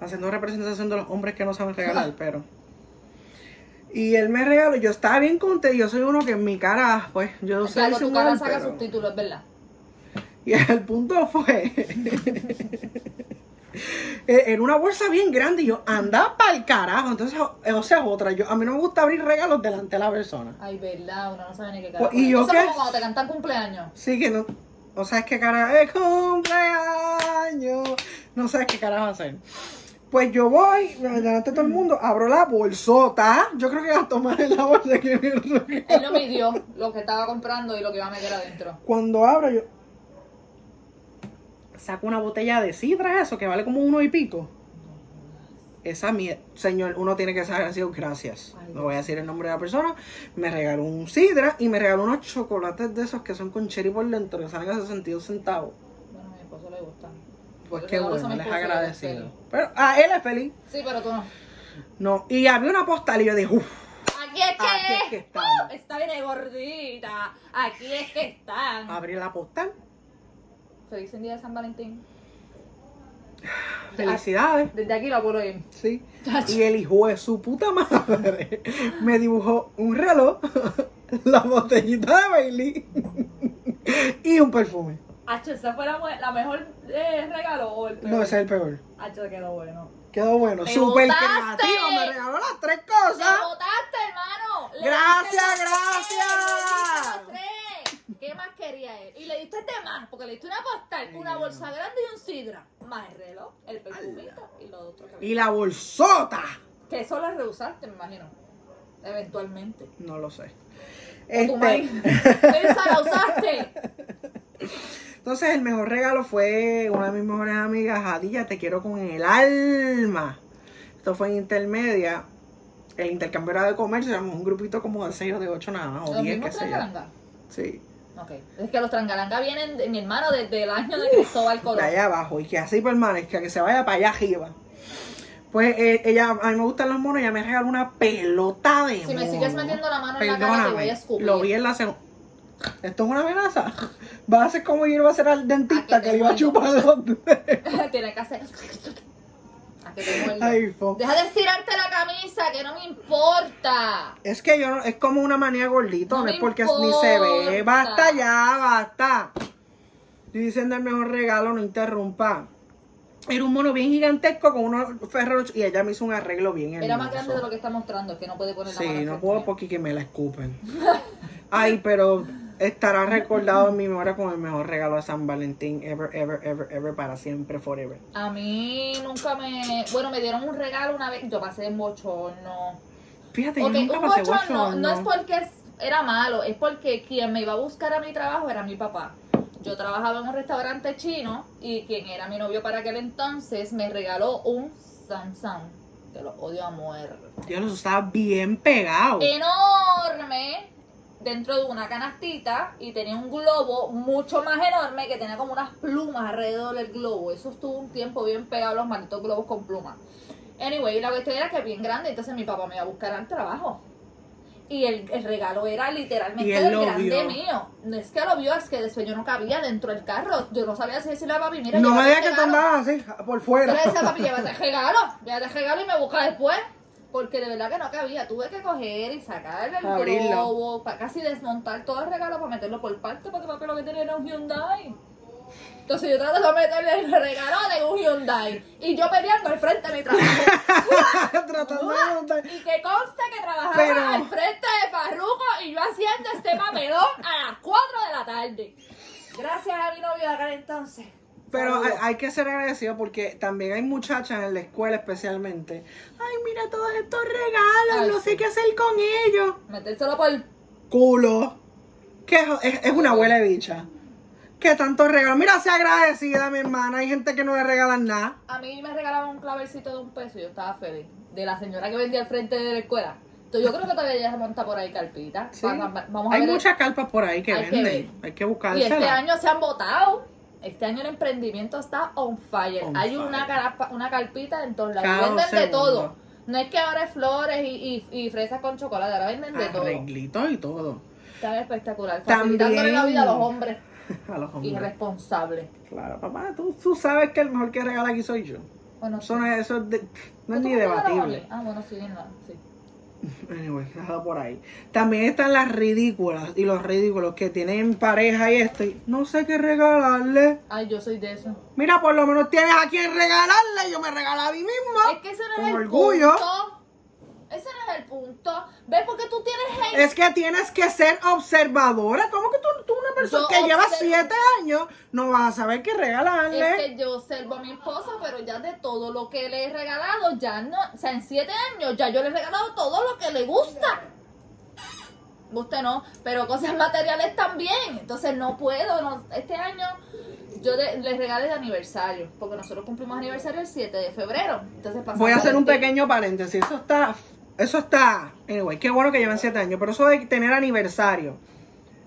S1: haciendo representación de los hombres que no saben regalar, pero... Y él me regaló, yo estaba bien contenta, yo soy uno que en mi cara, pues, yo soy
S3: Claro, tu
S1: un
S3: cara
S1: mal,
S3: saca
S1: pero-
S3: sus títulos, ¿verdad?
S1: y el punto fue. en una bolsa bien grande. Y yo, anda pa'l carajo. Entonces, o sea, es otra. Yo, a mí no me gusta abrir regalos delante de la persona.
S3: Ay, verdad, uno no sabe ni qué
S1: Pues,
S3: cara.
S1: ¿y yo
S3: Eso
S1: qué?
S3: es como cuando te cantan cumpleaños.
S1: Sí, que no. O sea, es que carajo. Es cumpleaños. No sabes qué carajo hacer. Pues yo voy, delante de todo el mundo, abro la bolsota. Yo creo que gastó más en la bolsa que en el regalo.
S3: Él no midió lo que estaba comprando y lo que iba a meter adentro.
S1: Cuando abro, yo saco una botella de sidra, eso que vale como uno y pico. Esa mierda, señor, uno tiene que saber decir gracias.
S3: Ay,
S1: No voy a decir el nombre de la persona. Me regaló un sidra y me regaló unos chocolates de esos que son con cherry por dentro, que salen a 62 centavos.
S3: Bueno, a mi esposo le gusta.
S1: Pues
S3: Yo
S1: qué
S3: le regalo eso
S1: bueno,
S3: a
S1: les
S3: mi esposo y
S1: agradecido.
S3: él es feliz.
S1: Pero a él es feliz.
S3: Sí, pero tú no.
S1: No, y había una postal y yo dije, uff,
S3: Aquí es que,
S1: Aquí es que estamos.
S3: ¡Uh! está bien gordita. Aquí es que están.
S1: abrí la postal.
S3: Feliz día de San Valentín.
S1: Felicidades.
S3: Desde aquí lo puedo ir.
S1: Sí.
S3: Chacho.
S1: Y el hijo de su puta madre me dibujó un reloj, la botellita de Bailey y un perfume.
S3: Hacho, esa fue la, mu- la mejor eh, regalo o el peor.
S1: No, ese es el peor.
S3: Hacho, quedó bueno.
S1: Quedó bueno.
S3: ¡Te
S1: Súper
S3: botaste!
S1: creativo. Me regaló las tres
S3: ¡Le
S1: cosas.
S3: votaste, hermano! Le
S1: Gracias,
S3: diste los tres,
S1: gracias.
S3: le diste los tres. ¿Qué más quería él? Y le diste de más, porque le diste una postal, una bolsa grande y un sidra. Más el reloj, el perfumito y lo otro que había.
S1: Y la bolsota.
S3: Que eso lo rehusaste, me imagino. Eventualmente. O
S1: No lo sé.
S3: tu
S1: Este,
S3: madre. Esa la usaste.
S1: entonces el mejor regalo fue una de mis mejores amigas, Jadilla, te quiero con el alma. Esto fue en intermedia. el intercambio era de comercio, éramos un grupito como de 6 o de 8 nada más, o
S3: Los
S1: 10,
S3: mismos
S1: qué sé yo.
S3: trangalanga.
S1: Sí,
S3: Ok. Es que los trangalanga vienen, de, mi hermano, desde el año de Cristóbal
S1: de
S3: Colón.
S1: allá abajo, y que así permanezca, que se vaya para allá arriba. Pues eh, ella, a mí me gustan los monos, ella me regaló una pelota de
S3: Si me
S1: mono.
S3: sigues metiendo la mano en la cara, te
S1: Perdóname,
S3: voy a escupir.
S1: Lo vi en la segunda. Esto es una amenaza. Va a ser como yo iba a ser al dentista
S3: Aquí te
S1: que le iba a
S3: muerdo.
S1: chupar los dedos.
S3: Tiene que hacer. A que te muerda.
S1: Ay, fo-
S3: Deja de estirarte la camisa, que no me importa.
S1: Es que yo no, es como una manía gordito, no,
S3: No
S1: es
S3: me
S1: porque ni se ve.
S3: importa.
S1: Basta ya, basta. Estoy diciendo el mejor regalo, no interrumpa. Era un mono bien gigantesco con unos ferros y ella me hizo un arreglo bien hermoso.
S3: Era más grande de lo que está mostrando, es que no puede poner la mano.
S1: Sí, no
S3: frente
S1: puedo
S3: mía.
S1: porque que me la escupen. Ay, pero estará recordado en mi memoria como el mejor regalo de San Valentín ever, ever, ever, ever, para siempre, forever.
S3: A mí nunca me. Bueno, me dieron un regalo una vez. Yo pasé en bochorno.
S1: Fíjate,
S3: Ok,
S1: yo
S3: un
S1: nunca pasé
S3: bochorno no,
S1: bochorno.
S3: es porque es- era malo, es porque quien me iba a buscar a mi trabajo era mi papá. Yo trabajaba en un restaurante chino y quien era mi novio para aquel entonces me regaló un Samsung, que lo odio a muerte.
S1: Yo los estaba bien pegado.
S3: Eh, enorme dentro de una canastita y tenía un globo mucho más enorme que tenía como unas plumas alrededor del globo. Eso estuvo un tiempo bien pegado, los malditos globos con plumas. Anyway, la cuestión era que bien grande, entonces mi papá me iba a buscar al trabajo. Y el, el regalo era
S1: Y
S3: literalmente
S1: él
S3: el
S1: lo
S3: grande
S1: vio.
S3: mío. No es que lo vio, es que después yo no cabía dentro del carro. Yo no sabía si decirle a papi, mira,
S1: no me
S3: llévate
S1: digas
S3: el
S1: que tú
S3: regalo.
S1: andabas así, por
S3: Yo
S1: fuera.
S3: le decía, papi, llévate el regalo, llévate el regalo y me busca después. Porque de verdad que no cabía. Tuve que coger y sacarle el
S1: Abrirlo.
S3: globo, pa- casi desmontar todo el regalo para meterlo por parte, porque papi lo que tenía era un Hyundai. Entonces yo trataba de meterle el regalo de un Hyundai. Y yo peleando al frente de mi trabajo.
S1: Tratando de montar.
S3: Y que conste que trabajaba
S1: Pero-
S3: al frente de Farruko y yo haciendo este papelón a las 4 de la tarde. Gracias a mi novio de aquel entonces.
S1: Pero hay,
S3: Saludos.
S1: hay que ser agradecido porque también hay muchachas en la escuela especialmente. Ay, mira todos estos regalos,
S3: Ay,
S1: no sé
S3: sí.
S1: qué hacer con ellos.
S3: metérselo por
S1: Culo. Que es- es, es una abuela de bicha. Que tanto regalo. Mira, sea agradecida, mi hermana. Hay gente que no le regalan nada.
S3: A mí me regalaban un clavercito de un peso y yo estaba feliz. De la señora que vendía al frente de la escuela. Entonces, yo creo que todavía ya se monta por ahí carpita.
S1: Sí.
S3: Vamos a- vamos a
S1: hay
S3: ver.
S1: muchas carpas por ahí que
S3: Hay que ver.
S1: venden. hay que
S3: y
S1: buscárselas.
S3: este año se han votado. Este año el emprendimiento está on fire.
S1: On
S3: Hay
S1: fire.
S3: Una, carapa- una carpita en todos lados.
S1: Cada dos
S3: Venden de
S1: segundos.
S3: todo. No es que ahora es flores y, y- y fresas con chocolate. Ahora venden de todo.
S1: Arreglitos y todo.
S3: Está espectacular. Facilitándole
S1: Ah, También.
S3: la vida a los hombres
S1: A los hombres.
S3: irresponsables.
S1: Claro, papá, tú, tú sabes que el mejor que regala aquí soy yo.
S3: Bueno,
S1: Eso no es, eso es de- no es
S3: ¿tú
S1: ni
S3: cómo te
S1: debatible.
S3: graduaste? Ah, bueno, sí, no, sí.
S1: Anyway, dejado por ahí. También están las ridículas y los ridículos que tienen pareja y esto. y no sé qué regalarle.
S3: Ay, yo soy de eso.
S1: Mira, por lo menos tienes a quien regalarle. Yo me regalo a mí misma.
S3: Es que ese no
S1: Con
S3: es el
S1: orgullo.
S3: punto. Ese no es el punto. ¿Ves por qué tú tienes hate?
S1: Es que tienes que ser observadora. ¿Cómo que tú, tú una persona
S3: Yo
S1: que lleva
S3: observo.
S1: siete años, no vas a saber qué regalarle?
S3: Es que yo observo a mi esposo, pero ya de todo lo que le he regalado, ya no, o sea, en siete años ya yo le he regalado todo lo que le gusta. Usted no, pero cosas materiales también. Entonces no puedo, no- este año yo de- les regalé de aniversario, porque nosotros cumplimos aniversario el 7 de febrero. Entonces pasamos
S1: Voy a hacer un
S3: este-
S1: pequeño paréntesis. Eso está. Eso está. Anyway, qué bueno que llevan siete años. Pero eso de tener aniversario.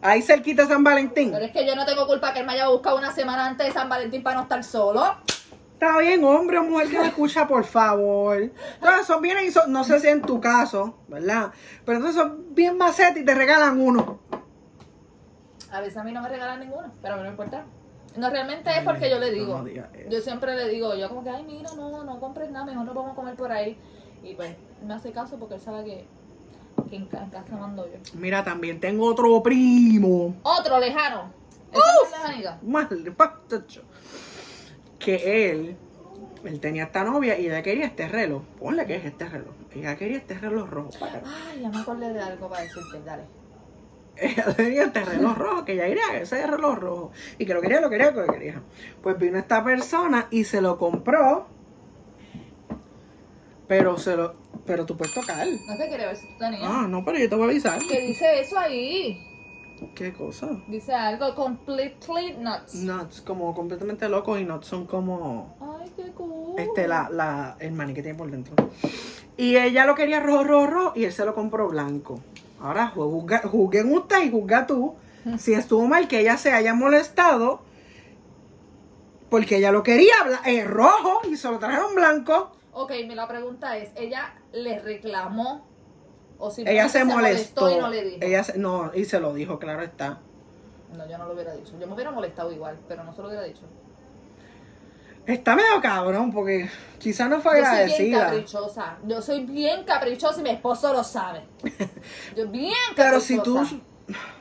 S1: Ahí cerquita de San Valentín.
S3: Pero es que yo no tengo culpa que él me haya buscado una semana antes de San Valentín para no estar solo.
S1: Está bien, hombre o mujer que me escucha, por favor. Entonces, son bien, y son- no sé si en tu caso, ¿verdad? Pero entonces son bien macetas y te regalan uno.
S3: A veces a mí no me regalan ninguno, pero a mí no me importa. No, realmente es porque yo le digo.
S1: No digas eso.
S3: yo siempre le digo, yo como que, ay, mira, no, no compres nada, mejor nos vamos a comer por ahí. Y pues, me hace caso porque él sabe que, que en, ca- en casa mando yo.
S1: Mira, también tengo otro primo.
S3: Otro lejano. Ese es más lejanito.
S1: Madre, pastacho. Que él, él tenía esta novia y ella quería este reloj. Ponle que es este reloj. Ella quería este reloj rojo. Para acá.
S3: Ay, ya me acordé de algo para decirte, dale.
S1: Ella tenía este reloj rojo, que ella quería ese reloj rojo. Y que lo quería, lo quería, que lo quería. Pues vino esta persona y se lo compró. Pero se lo. Pero tú puedes tocar.
S3: No te quería ver si tú tenías.
S1: Ah, no, pero yo te voy a avisar.
S3: Que dice eso ahí.
S1: ¿Qué cosa?
S3: Dice algo completely nuts.
S1: Nuts, como completamente locos y nuts son como.
S3: Ay, qué cool.
S1: Este, la, la, el maní que tiene por dentro. Y ella lo quería rojo, rojo, rojo y él se lo compró blanco. Ahora juzga- juzguen usted y juzga tú si estuvo mal que ella se haya molestado porque ella lo quería bla- eh, rojo y se lo trajeron blanco.
S3: Ok, me la pregunta es, ¿ella le reclamó? O si
S1: Ella se, molestó.
S3: y no le dijo.
S1: Ella se- no, y se lo dijo, claro está.
S3: No, yo no lo hubiera dicho. Yo me hubiera molestado igual, pero no se lo hubiera dicho.
S1: Está medio cabrón porque quizá no fue
S3: Yo soy bien
S1: Pues agradecida.
S3: caprichosa. Yo soy bien caprichosa y mi esposo lo sabe. Yo bien caprichosa.
S1: Pero si tú.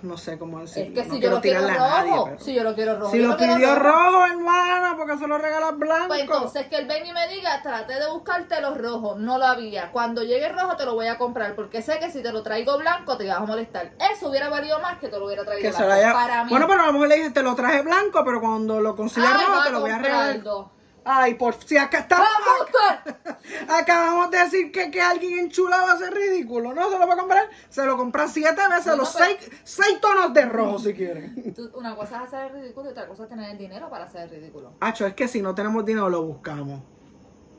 S1: No sé cómo
S3: Es
S1: decirlo. no
S3: que si yo
S1: quiero
S3: lo quiero rojo,
S1: tirarle a nadie, pero-
S3: si yo lo quiero rojo,
S1: Si
S3: yo
S1: lo
S3: quiero
S1: pidió rojo, hermana, porque se lo regalas blanco.
S3: Pues entonces que él venga y me diga, traté de buscarte los rojos, no lo había. Cuando llegue el rojo te lo voy a comprar, porque sé que si te lo traigo blanco te vas a molestar. Eso hubiera valido más que te lo hubiera traído
S1: que se
S3: blanco.
S1: lo haya...
S3: Para mí.
S1: Bueno, pero a lo mejor le dices, te lo traje blanco, pero cuando lo consigas
S3: Ay,
S1: rojo,
S3: Ah, va
S1: te lo voy a
S3: comprar
S1: regalar.
S3: dos.
S1: Ay, por si acá está.
S3: ¡Vamos, doctor!
S1: Acabamos de decir que, que alguien enchulado va a ser ridículo. No se lo va a comprar. Se lo compra siete veces,
S3: Bueno,
S1: los
S3: pero-
S1: seis, seis tonos de rojo, si quieren.
S3: Tú- Una cosa es hacer el ridículo y otra cosa es tener el dinero para hacer el ridículo.
S1: Acho, es que si no tenemos dinero, lo buscamos.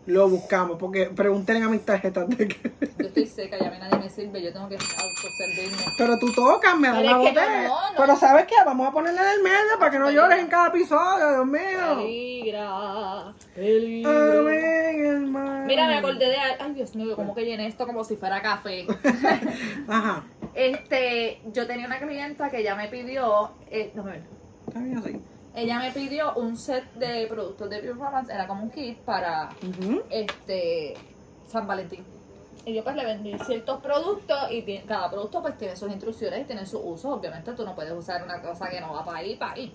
S1: Lo buscamos, porque pregúntenle a mis tarjetas de que.
S3: Yo estoy seca y a mí nadie me sirve, yo tengo que autoservirme.
S1: Pero tú tocas, me da
S3: Pero
S1: una
S3: es que no,
S1: botella.
S3: no, no.
S1: Pero ¿sabes qué? Vamos a ponerle en el medio para que no llores en cada episodio, Dios mío.
S3: Peligra, peligro.
S1: Amén, hermano.
S3: Mira, me acordé de... al- Ay, Dios mío, ¿cómo que llené esto como si fuera café?
S1: Ajá.
S3: Este, yo tenía una clienta que ella me pidió, eh, no, me-
S1: Está bien así.
S3: ella me pidió un set de productos de performance, era como un kit para
S1: Ujú.
S3: este San Valentín. Y yo pues le vendí ciertos productos y ti- cada producto pues tiene sus instrucciones y tiene sus usos. Obviamente tú no puedes usar una cosa que no va para ahí, para ahí.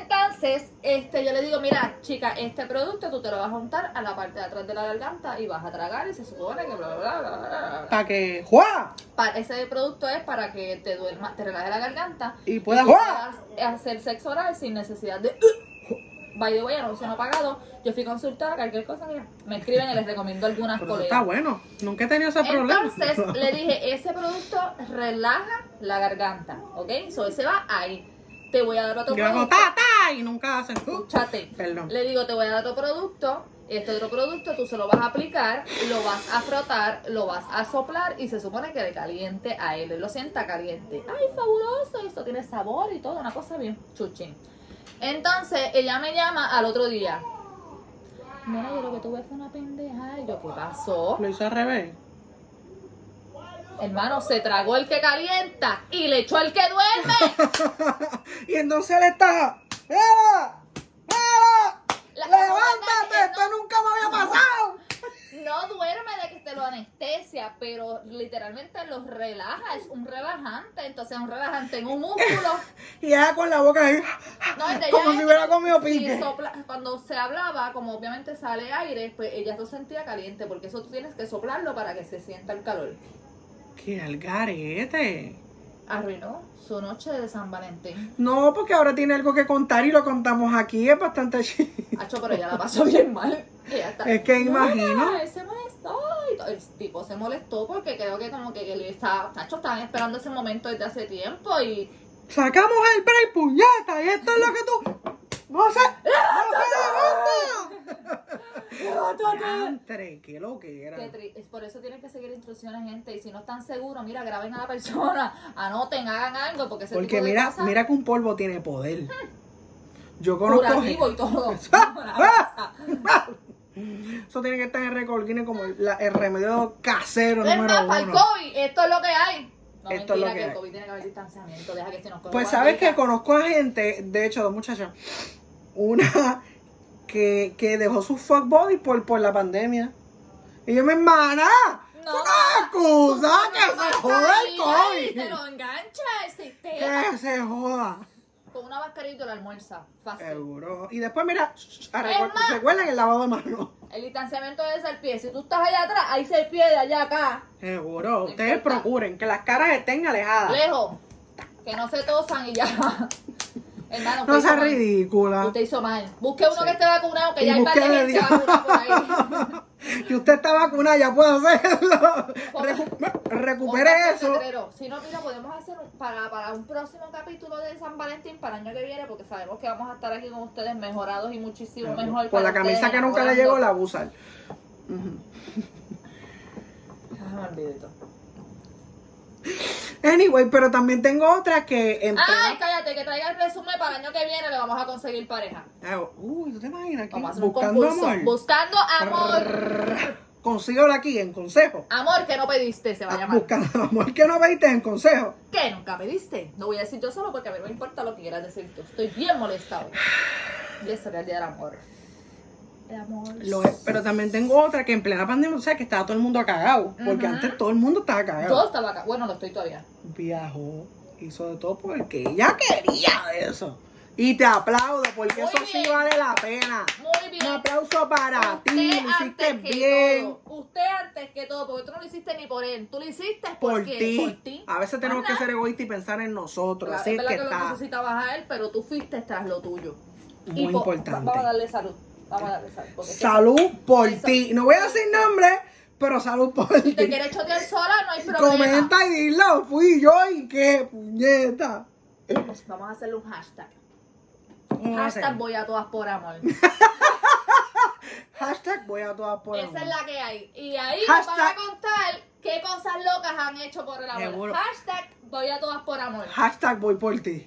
S3: Entonces, este, yo le digo, mira, chica, este producto tú te lo vas a juntar a la parte de atrás de la garganta y vas a tragar y se supone que bla, bla, bla, bla, bla, bla, bla.
S1: Para que. ¡Juá!
S3: Pa- ese producto es para que te duerma, te relaje la garganta
S1: Y puedas.
S3: y
S1: ¡Juá!
S3: puedas hacer sexo oral sin necesidad de ¡Uh! by the way anuncio no pagado yo fui consultada cualquier cosa mira, me escriben y les recomiendo algunas
S1: Pero eso está
S3: colegas
S1: bueno. Nunca he tenido ese problema.
S3: entonces le dije ese producto relaja la garganta ok so ese va ahí te voy a dar otro
S1: Yo hago
S3: producto
S1: ta, ta y nunca hacen. uh.
S3: escúchate
S1: Perdón.
S3: le digo te voy a dar otro producto este otro producto tú se lo vas a aplicar, lo vas a frotar, lo vas a soplar y se supone que le caliente a él, él lo sienta caliente. ¡Ay, fabuloso! Esto tiene sabor y todo, una cosa bien chuchín. Entonces, ella me llama al otro día. Mira, yo lo que tuve fue una pendeja. Y yo, ¿qué pasó?
S1: Lo hizo al revés.
S3: Hermano, se tragó el que calienta y le echó el que duerme.
S1: y entonces él está. ¡Eva! ¡Eva!
S3: La-
S1: ¡Levántate!
S3: la-
S1: ¡Esto nunca me había pasado!
S3: No duerme de que te lo anestesia, pero literalmente los relaja, es un relajante, entonces es un relajante en un músculo.
S1: Y ella con la boca ahí.
S3: No, el de
S1: como
S3: ella
S1: si
S3: es-
S1: hubiera comido
S3: sí,
S1: pique.
S3: sopla- cuando se hablaba, como obviamente sale aire, pues ella lo sentía caliente, porque eso tú tienes que soplarlo para que se sienta el calor.
S1: ¡Qué algarete!
S3: Arruinó su noche de San Valentín.
S1: No, porque ahora tiene algo que contar y lo contamos aquí. Es bastante chido.
S3: Hacho, pero ella la pasó bien mal. Ella está-
S1: Es que
S3: "No,
S1: imagino.
S3: él se molestó. y todo. El tipo se molestó porque creo que como que él estaba, Hacho, estaban esperando ese momento desde hace tiempo y
S1: Sacamos el break, puñeta. Y esto es lo que tú. ¡No sé! ¡No sé ¡Diantre! ¡Qué lo que era!
S3: Qué tri- es por eso tienen que seguir instrucciones, gente. Y si no están seguros, mira, graben a la persona, anoten, hagan algo, porque ese
S1: Porque
S3: tipo de
S1: mira,
S3: cosas,
S1: mira que un polvo tiene poder. Yo conozco.
S3: curativo y todo.
S1: ¡Ah! Eso tiene que estar en récord Guinness como la- el remedio casero
S3: Es
S1: número
S3: más, para el
S1: uno.
S3: COVID, esto es lo que hay. No,
S1: Esto es
S3: mentira,
S1: lo que
S3: que, el
S1: hay.
S3: COVID tiene que haber distanciamiento, deja que se nos coja
S1: Pues
S3: la
S1: sabes que
S3: barriga.
S1: conozco a gente, de hecho, dos muchachas. Una que, que dejó su fuck body por, por la pandemia. Y yo, mi hermana,
S3: No.
S1: no. una excusa que se joda el
S3: Ay, Te
S1: COVID.
S3: lo engancha el sistema.
S1: Que se joda.
S3: Con una mascarita y la almuerza. Fácil.
S1: Seguro. Y después, mira, shh, a
S3: Es
S1: recu-
S3: más-
S1: recuerden el lavado de manos.
S3: El distanciamiento es el pie. Si tú estás allá atrás, ahí se el pie de allá acá.
S1: Seguro.
S3: No
S1: Ustedes
S3: importa.
S1: procuren que las caras estén alejadas.
S3: Lejos. Que no se tosan y ya. Hermano,
S1: No
S3: pues,
S1: seas
S3: hermano.
S1: ridícula.
S3: Usted hizo mal. Busque uno
S1: Sí.
S3: que esté vacunado, que
S1: Y
S3: ya hay
S1: busque
S3: varias
S1: de
S3: gente
S1: Dios.
S3: vacunada por ahí.
S1: que usted está vacunada, ya puede hacerlo. Recu- recupere
S3: Otra cosa,
S1: eso.
S3: Pedrero, Si no, mira, podemos hacer un- para, para un próximo capítulo de San Valentín para el año que viene, porque sabemos que vamos a estar aquí con ustedes mejorados y muchísimo
S1: Con
S3: mejor. para
S1: la camisa
S3: ustedes,
S1: que nunca le
S3: enamorando.
S1: llegó, la abusan.
S3: Déjame el videito.
S1: Anyway, pero también tengo otra que en
S3: Ay,
S1: plena-
S3: cállate, que traiga el resumen para el año que viene le vamos a conseguir pareja.
S1: Ah, Uy, ¿tú te imaginas? que
S3: Vamos a hacer un
S1: buscando
S3: concurso.
S1: amor.
S3: Buscando amor.
S1: Consíguela aquí en consejo.
S3: Amor que no pediste, se va a llamar.
S1: Ah, Buscando amor que no veiste en consejo.
S3: ¿Qué? ¿Nunca pediste? No voy a decir yo solo porque a mí no me importa lo que quieras decir tú. Estoy bien molesta hoy. Y ese era el día del amor. El amor.
S1: Lo es, pero también tengo otra que en plena pandemia, o sea, que estaba todo el mundo cagado. Porque
S3: Ujú.
S1: antes todo el mundo estaba cagado.
S3: Todo estaba acá. Bueno, lo estoy todavía.
S1: Viajó, hizo de todo porque ella quería eso. Y te aplaudo porque
S3: Muy
S1: eso sí
S3: bien.
S1: vale la pena.
S3: Muy
S1: Un
S3: bien.
S1: aplauso para ti,
S3: Usted
S1: lo hiciste
S3: antes que
S1: bien.
S3: todo. Usted antes que todo, porque tú no lo hiciste ni por él. Tú lo hiciste
S1: Por
S3: porque-
S1: ti.
S3: Por ti.
S1: A veces tenemos
S3: Ajá.
S1: que ser egoístas y pensar en nosotros.
S3: Claro,
S1: así es
S3: es verdad
S1: que
S3: que, lo
S1: está.
S3: necesitabas a él, pero tú fuiste tras lo tuyo.
S1: Muy
S3: po-
S1: importante.
S3: Vamos a darle salud. Vamos a darle salud. porque es que
S1: Salud por
S3: Eso.
S1: ti. No voy a decir nombre, pero salud por
S3: si te
S1: ti.
S3: quieres chotear sola, no hay problema.
S1: Comenta y dilo, fui yo y qué puñeta.
S3: Vamos a hacerle un hashtag.
S1: ¿Cómo va a ser?
S3: Hashtag voy a todas por amor.
S1: Hashtag voy a todas por
S3: Esa
S1: amor.
S3: es la que hay. Y ahí nos
S1: Hashtag-
S3: van a contar qué cosas locas han hecho por el amor.
S1: Seguro.
S3: Hashtag voy a todas por amor.
S1: Hashtag voy por ti.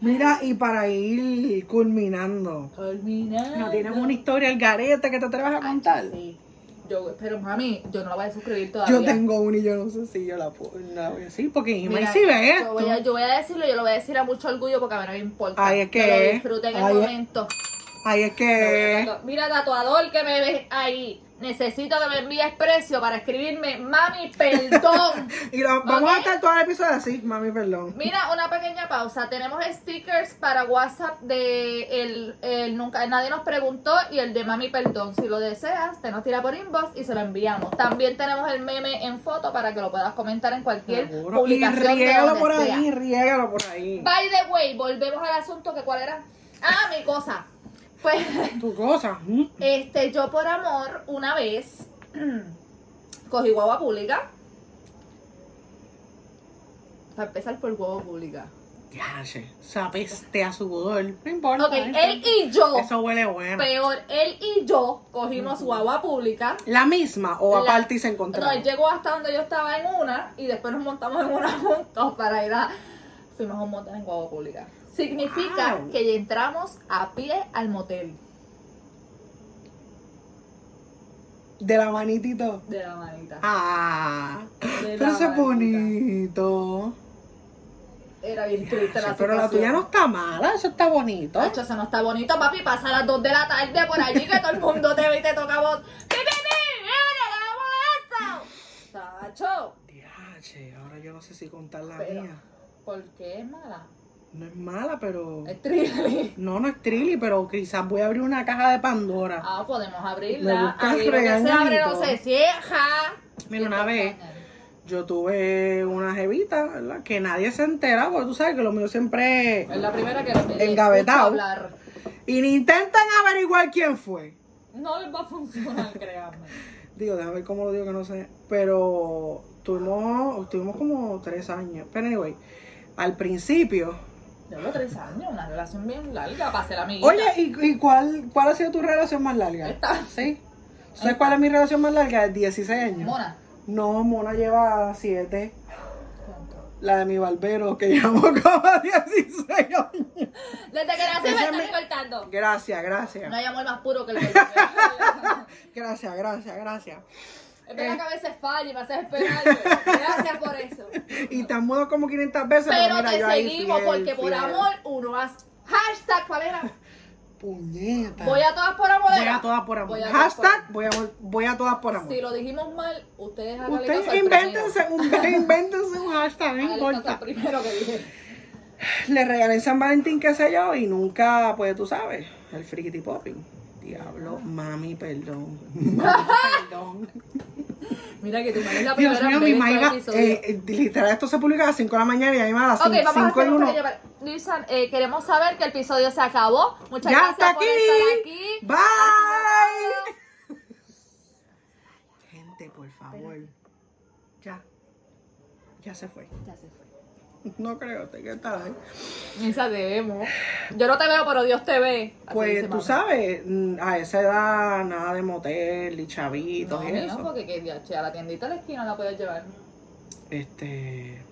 S1: Mira, y para ir culminando,
S3: Terminando.
S1: ¿no tienes una historia al garete que te atreves a contar?
S3: Sí. Yo, pero mami, yo no la voy a suscribir todavía.
S1: Yo tengo una y yo no sé si yo la, puedo, la voy a decir, porque Ima
S3: Mira,
S1: si ve
S3: yo voy, a,
S1: esto.
S3: yo voy a decirlo, yo lo voy a decir a mucho orgullo porque a mí no me importa.
S1: Ay, es que-
S3: Me lo disfruté en
S1: ay,
S3: el
S1: es-
S3: momento.
S1: Ay, es que...
S3: Mira, tatuador que me ves ahí. Necesito que me envíes precio para escribirme, mami, perdón.
S1: Y lo- vamos
S3: Ok.
S1: a estar todo el episodio así, mami, perdón.
S3: Mira, una pequeña pausa. Tenemos stickers para WhatsApp de el, el nunca nadie nos preguntó y el de mami perdón. Si lo deseas, te nos tira por inbox y se lo enviamos. También tenemos el meme en foto para que lo puedas comentar en cualquier
S1: Seguro. Y
S3: publicación de
S1: riégalo
S3: donde
S1: por
S3: sea.
S1: ahí, riégalo por ahí.
S3: By the way, volvemos al asunto que cuál era. Ah, mi cosa. Pues
S1: Tu cosa. mm, ¿m?
S3: este, yo por amor, una vez cogí guagua pública. Para empezar por guagua pública.
S1: Ya, che, sapeste a su sudor. No importa.
S3: Ok,
S1: eso-
S3: él y yo,
S1: Eso huele bueno.
S3: peor, él y yo cogimos guagua pública.
S1: ¿La misma o
S3: La-
S1: aparte y se encontraron?
S3: No, él llegó hasta donde yo estaba en una y después nos montamos en una juntos para ir a. Fuimos a un motel en guagua pública. Significa
S1: Wow.
S3: que entramos a pie al motel
S1: De la manitito.
S3: de la manita.
S1: Ah,
S3: De
S1: pero
S3: la
S1: eso es
S3: manita.
S1: bonito.
S3: Era bien triste
S1: Che,
S3: la
S1: pero la tuya
S3: situación.
S1: no está mala, eso está bonito.
S3: Nacho, eso no está bonito, papi. Pasa a las 2 de la tarde por allí que todo el mundo te ve y te toca a vos. ¡Pi, pi, pi! ¡Mira, hagamos esto! Tacho,
S1: Ya, che, ahora yo no sé si contar la
S3: Pero-
S1: mía.
S3: ¿por qué es mala?
S1: No es mala, pero...
S3: Es triste.
S1: No, no es trilly, pero quizás voy a abrir una caja de Pandora.
S3: Ah, podemos
S1: Me
S3: abrirla.
S1: buscas
S3: Ahí lo que se
S1: regañito.
S3: abre no se cierra.
S1: Mira, una vez yo tuve una jevita, ¿verdad? Que nadie se entera, porque tú sabes que lo mío siempre es...
S3: Es la primera que me
S1: Engavetado.
S3: escucho hablar.
S1: Y ni intentan averiguar quién fue.
S3: No les va a funcionar, créanme.
S1: Digo, déjame ver cómo lo digo que no sé. Pero tuvimos, tuvimos como tres años. Pero anyway, al principio.
S3: Llevo tres años, una relación bien larga para ser amiguita.
S1: Oye, ¿y, y cuál, cuál ha sido tu relación más larga?
S3: Esta.
S1: ¿Sí? ¿Sabes cuál es mi relación más larga? De 16 años.
S3: Mona.
S1: No, Mona lleva 7.
S3: ¿cuánto?
S1: La de mi barbero, que llevamos como 16 años.
S3: Desde que nací
S1: Ese
S3: me
S1: es
S3: están
S1: mi-
S3: recortando.
S1: Gracias,
S3: No
S1: gracias.
S3: hay amor más puro que el que
S1: Gracias, gracias, gracias.
S3: Es
S1: Eh.
S3: verdad que a veces falla y me haces esperar. Gracias por eso.
S1: Y te han mudado como 500 veces.
S3: Pero
S1: mira,
S3: te
S1: yo ahí
S3: seguimos
S1: fiel,
S3: porque por
S1: fiel.
S3: amor uno hace. Hashtag, ¿cuál era?
S1: Puñeta.
S3: Voy a todas por amor.
S1: Voy
S3: era.
S1: a todas por amor.
S3: Voy a todas por
S1: Hashtag voy a, voy a todas por amor.
S3: Si lo dijimos mal, ustedes hagan
S1: Ustedes invéntense un, invéntense un hashtag, no importa.
S3: primero que dije.
S1: Le regalé en San Valentín, qué sé yo, y nunca, pues tú sabes, el frikity popping. Diablo, mami, perdón. Mami, perdón.
S3: Mira que tu madre es la primera
S1: Dios mío, mi
S3: vez
S1: mamá
S3: que
S1: iba,
S3: episodio.
S1: eh, eh, literal, esto se publica a las 5 de la mañana y a mí me a las
S3: Ok, vamos a
S1: 5
S3: hacer
S1: y
S3: un
S1: 1.
S3: pequeño par- Lizan, eh, queremos saber que el episodio se acabó. Muchas
S1: Ya
S3: gracias
S1: está
S3: por
S1: aquí.
S3: estar aquí.
S1: Bye.
S3: Ha sido
S1: Gente, por favor. Ya. Ya se fue.
S3: todo. Ya se fue.
S1: No creo, te qué tal.
S3: Esa debemos. Yo no te veo, pero Dios te ve. Así
S1: Pues
S3: dice
S1: tú
S3: mami.
S1: sabes, mm, a esa edad nada de motel y chavitos
S3: No,
S1: y
S3: mira, pues.
S1: eso.
S3: porque que, ya, che, a la tiendita de la esquina la puedes llevar.
S1: Este.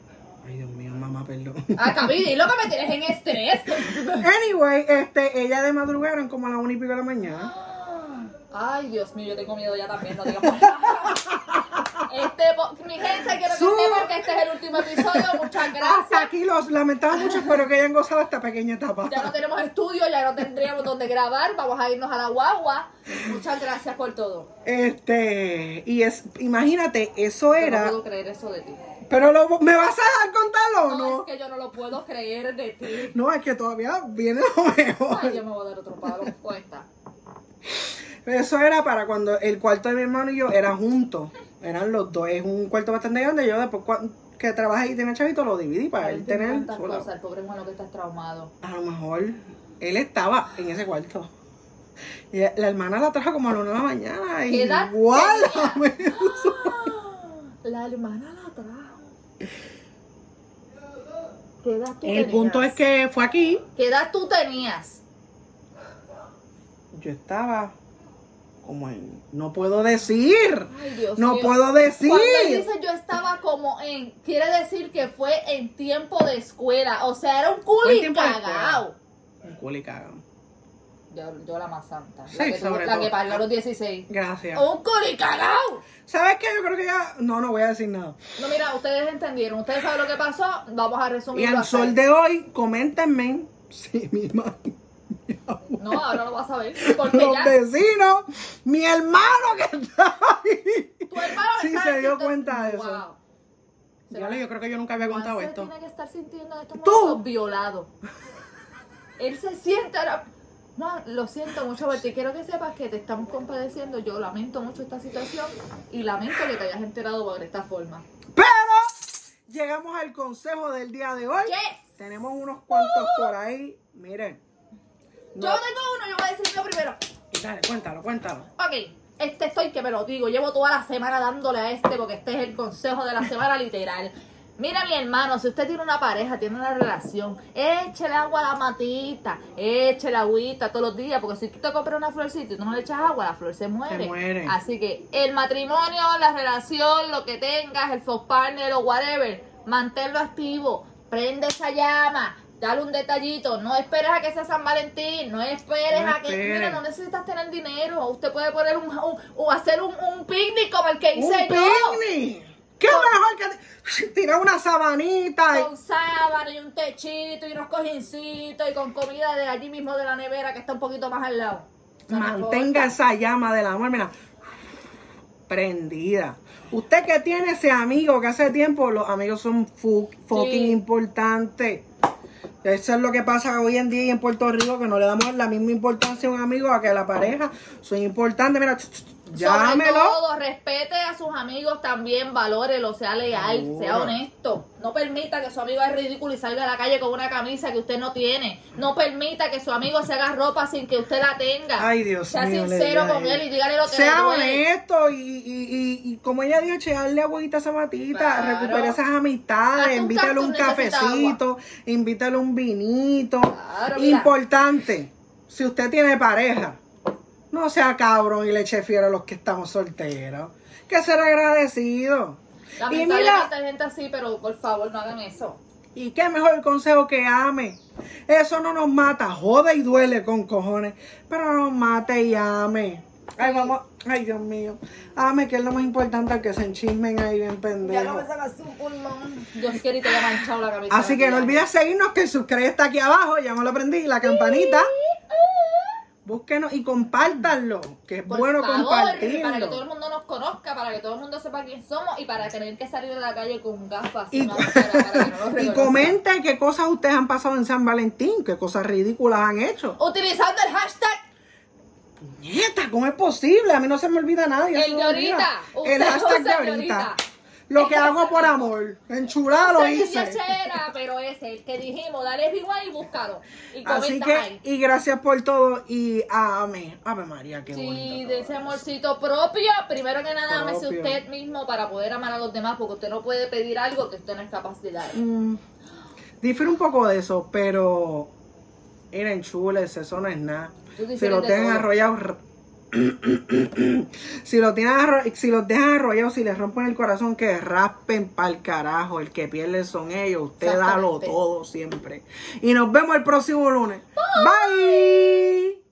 S1: Ay, Dios mío, mamá, perdón.
S3: Ah, Capi, dilo que me tienes en estrés.
S1: Anyway, este, ella de madrugaron como a las 1 y pico de la mañana.
S3: Ay, Dios mío, yo tengo miedo ya también, no digamos nada. Este, po- mi gente, quiero que
S1: Sube.
S3: sepan que este es el último episodio. Muchas
S1: Hasta
S3: gracias.
S1: aquí los lamentamos mucho, espero que hayan gozado esta pequeña etapa.
S3: Ya no tenemos estudio, ya no tendríamos donde grabar. Vamos a irnos a la guagua. Muchas gracias por todo.
S1: Este, y es, imagínate, eso
S3: Yo no
S1: era.
S3: puedo creer eso de ti.
S1: Pero lo- ¿me vas a dejar contarlo o
S3: No,
S1: no?
S3: es que yo no lo puedo creer de ti.
S1: No, es que todavía viene lo mejor.
S3: Ay, yo me voy a dar otro palo. Cuesta.
S1: Eso era para cuando el cuarto de mi hermano y yo era juntos. Eran los dos. Es un cuarto bastante grande. Yo después cua- que trabajé y tenía chavito lo dividí para él tener
S3: tantas
S1: solo.
S3: cosas, el pobre hermano que está traumado.
S1: A lo mejor él estaba en ese cuarto. Y la hermana la trajo como a las 1 de la mañana. Y
S3: ¿Qué edad
S1: igual.
S3: La hermana la trajo. ¿Qué edad tú
S1: El punto es que fue aquí.
S3: ¿Qué edad tú tenías?
S1: Yo estaba como en. No puedo decir.
S3: Ay, Dios
S1: No
S3: mío.
S1: puedo decir.
S3: Cuando él dice yo estaba como en, quiere decir que fue en tiempo de escuela. O sea, era un
S1: Fue en
S3: culi
S1: tiempo de escuela.
S3: cagao.
S1: Un culo y cagón.
S3: Yo, yo la más santa.
S1: Sí,
S3: la que, tuvo-
S1: sobre
S3: la
S1: todo.
S3: que pagó los 16.
S1: Gracias.
S3: Un culi cagao.
S1: ¿Sabes qué? Yo creo que ya. No, no voy a decir nada.
S3: No, mira, ustedes entendieron. Ustedes saben lo que pasó. Vamos a
S1: Y
S3: resumir.
S1: al sol de hoy, coméntenme si mi mamá,
S3: No, ahora lo vas a ver. Porque
S1: los
S3: ya
S1: vecinos, mi hermano que está ahí.
S3: tu hermano
S1: Sí,
S3: está
S1: se
S3: aquí,
S1: dio
S3: entonces-
S1: cuenta de eso.
S3: Wow. Se
S1: Diablo,
S3: va-
S1: yo creo que yo nunca había contado
S3: Juan
S1: esto.
S3: se tiene que estar sintiendo en estos
S1: Tú.
S3: momentos violado. Él se siente ahora. Juan, lo siento mucho por ti. Quiero que sepas que te estamos compadeciendo. Yo lamento mucho esta situación y lamento que te hayas enterado por esta forma.
S1: Pero llegamos al consejo del día de hoy.
S3: Yes.
S1: Tenemos unos cuantos por ahí. Miren.
S3: Yo tengo uno, yo voy a decirlo primero.
S1: Dale, cuéntalo, cuéntalo.
S3: Ok, este estoy que me lo digo. Llevo toda la semana dándole a este porque este es el consejo de la semana literal. Mira, mi hermano, si usted tiene una pareja, tiene una relación, échele agua a la matita, échele agüita todos los días, porque si tú te compras una florcita y tú no le echas agua, la flor se muere.
S1: Se muere.
S3: Así que el matrimonio, la relación, lo que tengas, el fox partner o whatever, manténlo activo, prende esa llama, dale un detallito, no esperes a que sea San Valentín, no esperes
S1: No
S3: a que... Mira,
S1: esperes.
S3: no necesitas tener dinero. Usted puede poner un, un- o hacer un, un picnic como el que
S1: ¡Un
S3: hice yo.
S1: picnic! ¿Qué mejor que te- tirar una sabanita? y-
S3: Con sábana y un techito y unos cojincitos y con comida de allí mismo de la nevera que está un poquito más al lado. O sea,
S1: Mantenga esa llama del amor, mira, prendida. Usted que tiene ese amigo que hace tiempo, los amigos son fu- fucking
S3: Sí.
S1: importantes. Eso es lo que pasa hoy en día y en Puerto Rico, que no le damos la misma importancia a un amigo a que a la pareja. Son importantes, mira, ch- ch- ch-
S3: Sobre
S1: llámelo.
S3: todo, respete a sus amigos también, valórelo, sea leal,
S1: Seguro.
S3: sea honesto. No permita que su amigo es ridículo y salga a la calle con una camisa que usted no tiene. No permita que su amigo se haga ropa sin que usted la tenga.
S1: Ay, Dios
S3: sea
S1: mío, le
S3: sincero
S1: diga
S3: con
S1: él.
S3: él y dígale lo que le
S1: Sea
S3: duele.
S1: honesto y, y- y- y como ella dijo, echarle agüita a esa matita,
S3: Claro.
S1: recupere esas
S3: Hazte
S1: amistades,
S3: un
S1: invítale un
S3: cactus, necesita
S1: cafecito, invítale un vinito.
S3: Claro, mira.
S1: Importante, si usted tiene pareja, no sea cabrón y le eche fiera a los que estamos solteros. Que ser agradecido. Y
S3: Lamentablemente
S1: mira,
S3: hay gente así, pero por favor no hagan eso.
S1: y qué mejor consejo que ame. Eso no nos mata, jode y duele con cojones, pero no nos mate y ame. Ay, vamos, ay Dios mío. Ame, que es lo más importante, que se enchismen ahí bien pendejos.
S3: sacas un pulmón. Dios quiere y te haya manchado la cabeza.
S1: Así que no olvides seguirnos, que el subscribe está aquí abajo, ya me lo aprendí, y la campanita. Búsquenos y compártanlo, que es
S3: Por
S1: bueno
S3: favor, Para que todo el
S1: compartirlo.
S3: mundo nos conozca, para que todo el mundo sepa quién somos y para tener que salir a la calle con gafas.
S1: Y,
S3: una máscara, para que no
S1: y
S3: nos reconozcan.
S1: comenten qué cosas ustedes han pasado en San Valentín, qué cosas ridículas han hecho.
S3: Utilizando el hashtag
S1: Nieta, ¿cómo es posible? A mí no se me olvida nadie.
S3: El de ahorita. Usted
S1: El hashtag
S3: usa el
S1: de
S3: de
S1: ahorita.
S3: ahorita.
S1: Lo que hago por amor. Enchulada lo
S3: soy
S1: hice.
S3: Chera, pero ese, el que dijimos, dale igual y búscalo. Y
S1: Así
S3: comenta
S1: que,
S3: ahí.
S1: y gracias por todo. Y amén. Ave María, qué
S3: Sí,
S1: bonito.
S3: de ese amorcito propio, primero que nada, amese
S1: Propio.
S3: usted mismo para poder amar a los demás, porque usted no puede pedir algo que usted no es capaz de dar.
S1: Mm, difiero un poco de eso, pero era enchules, eso no es nada.
S3: Tú
S1: Si
S3: difieres
S1: los
S3: de
S1: dejan
S3: todo.
S1: arrollados. r- si los tienen arro- si los dejan arrollados, si les rompen el corazón, que raspen pa'l carajo. El que pierde son ellos. Usted da lo
S3: Exactamente.
S1: todo siempre. Y nos vemos el próximo lunes. Bye.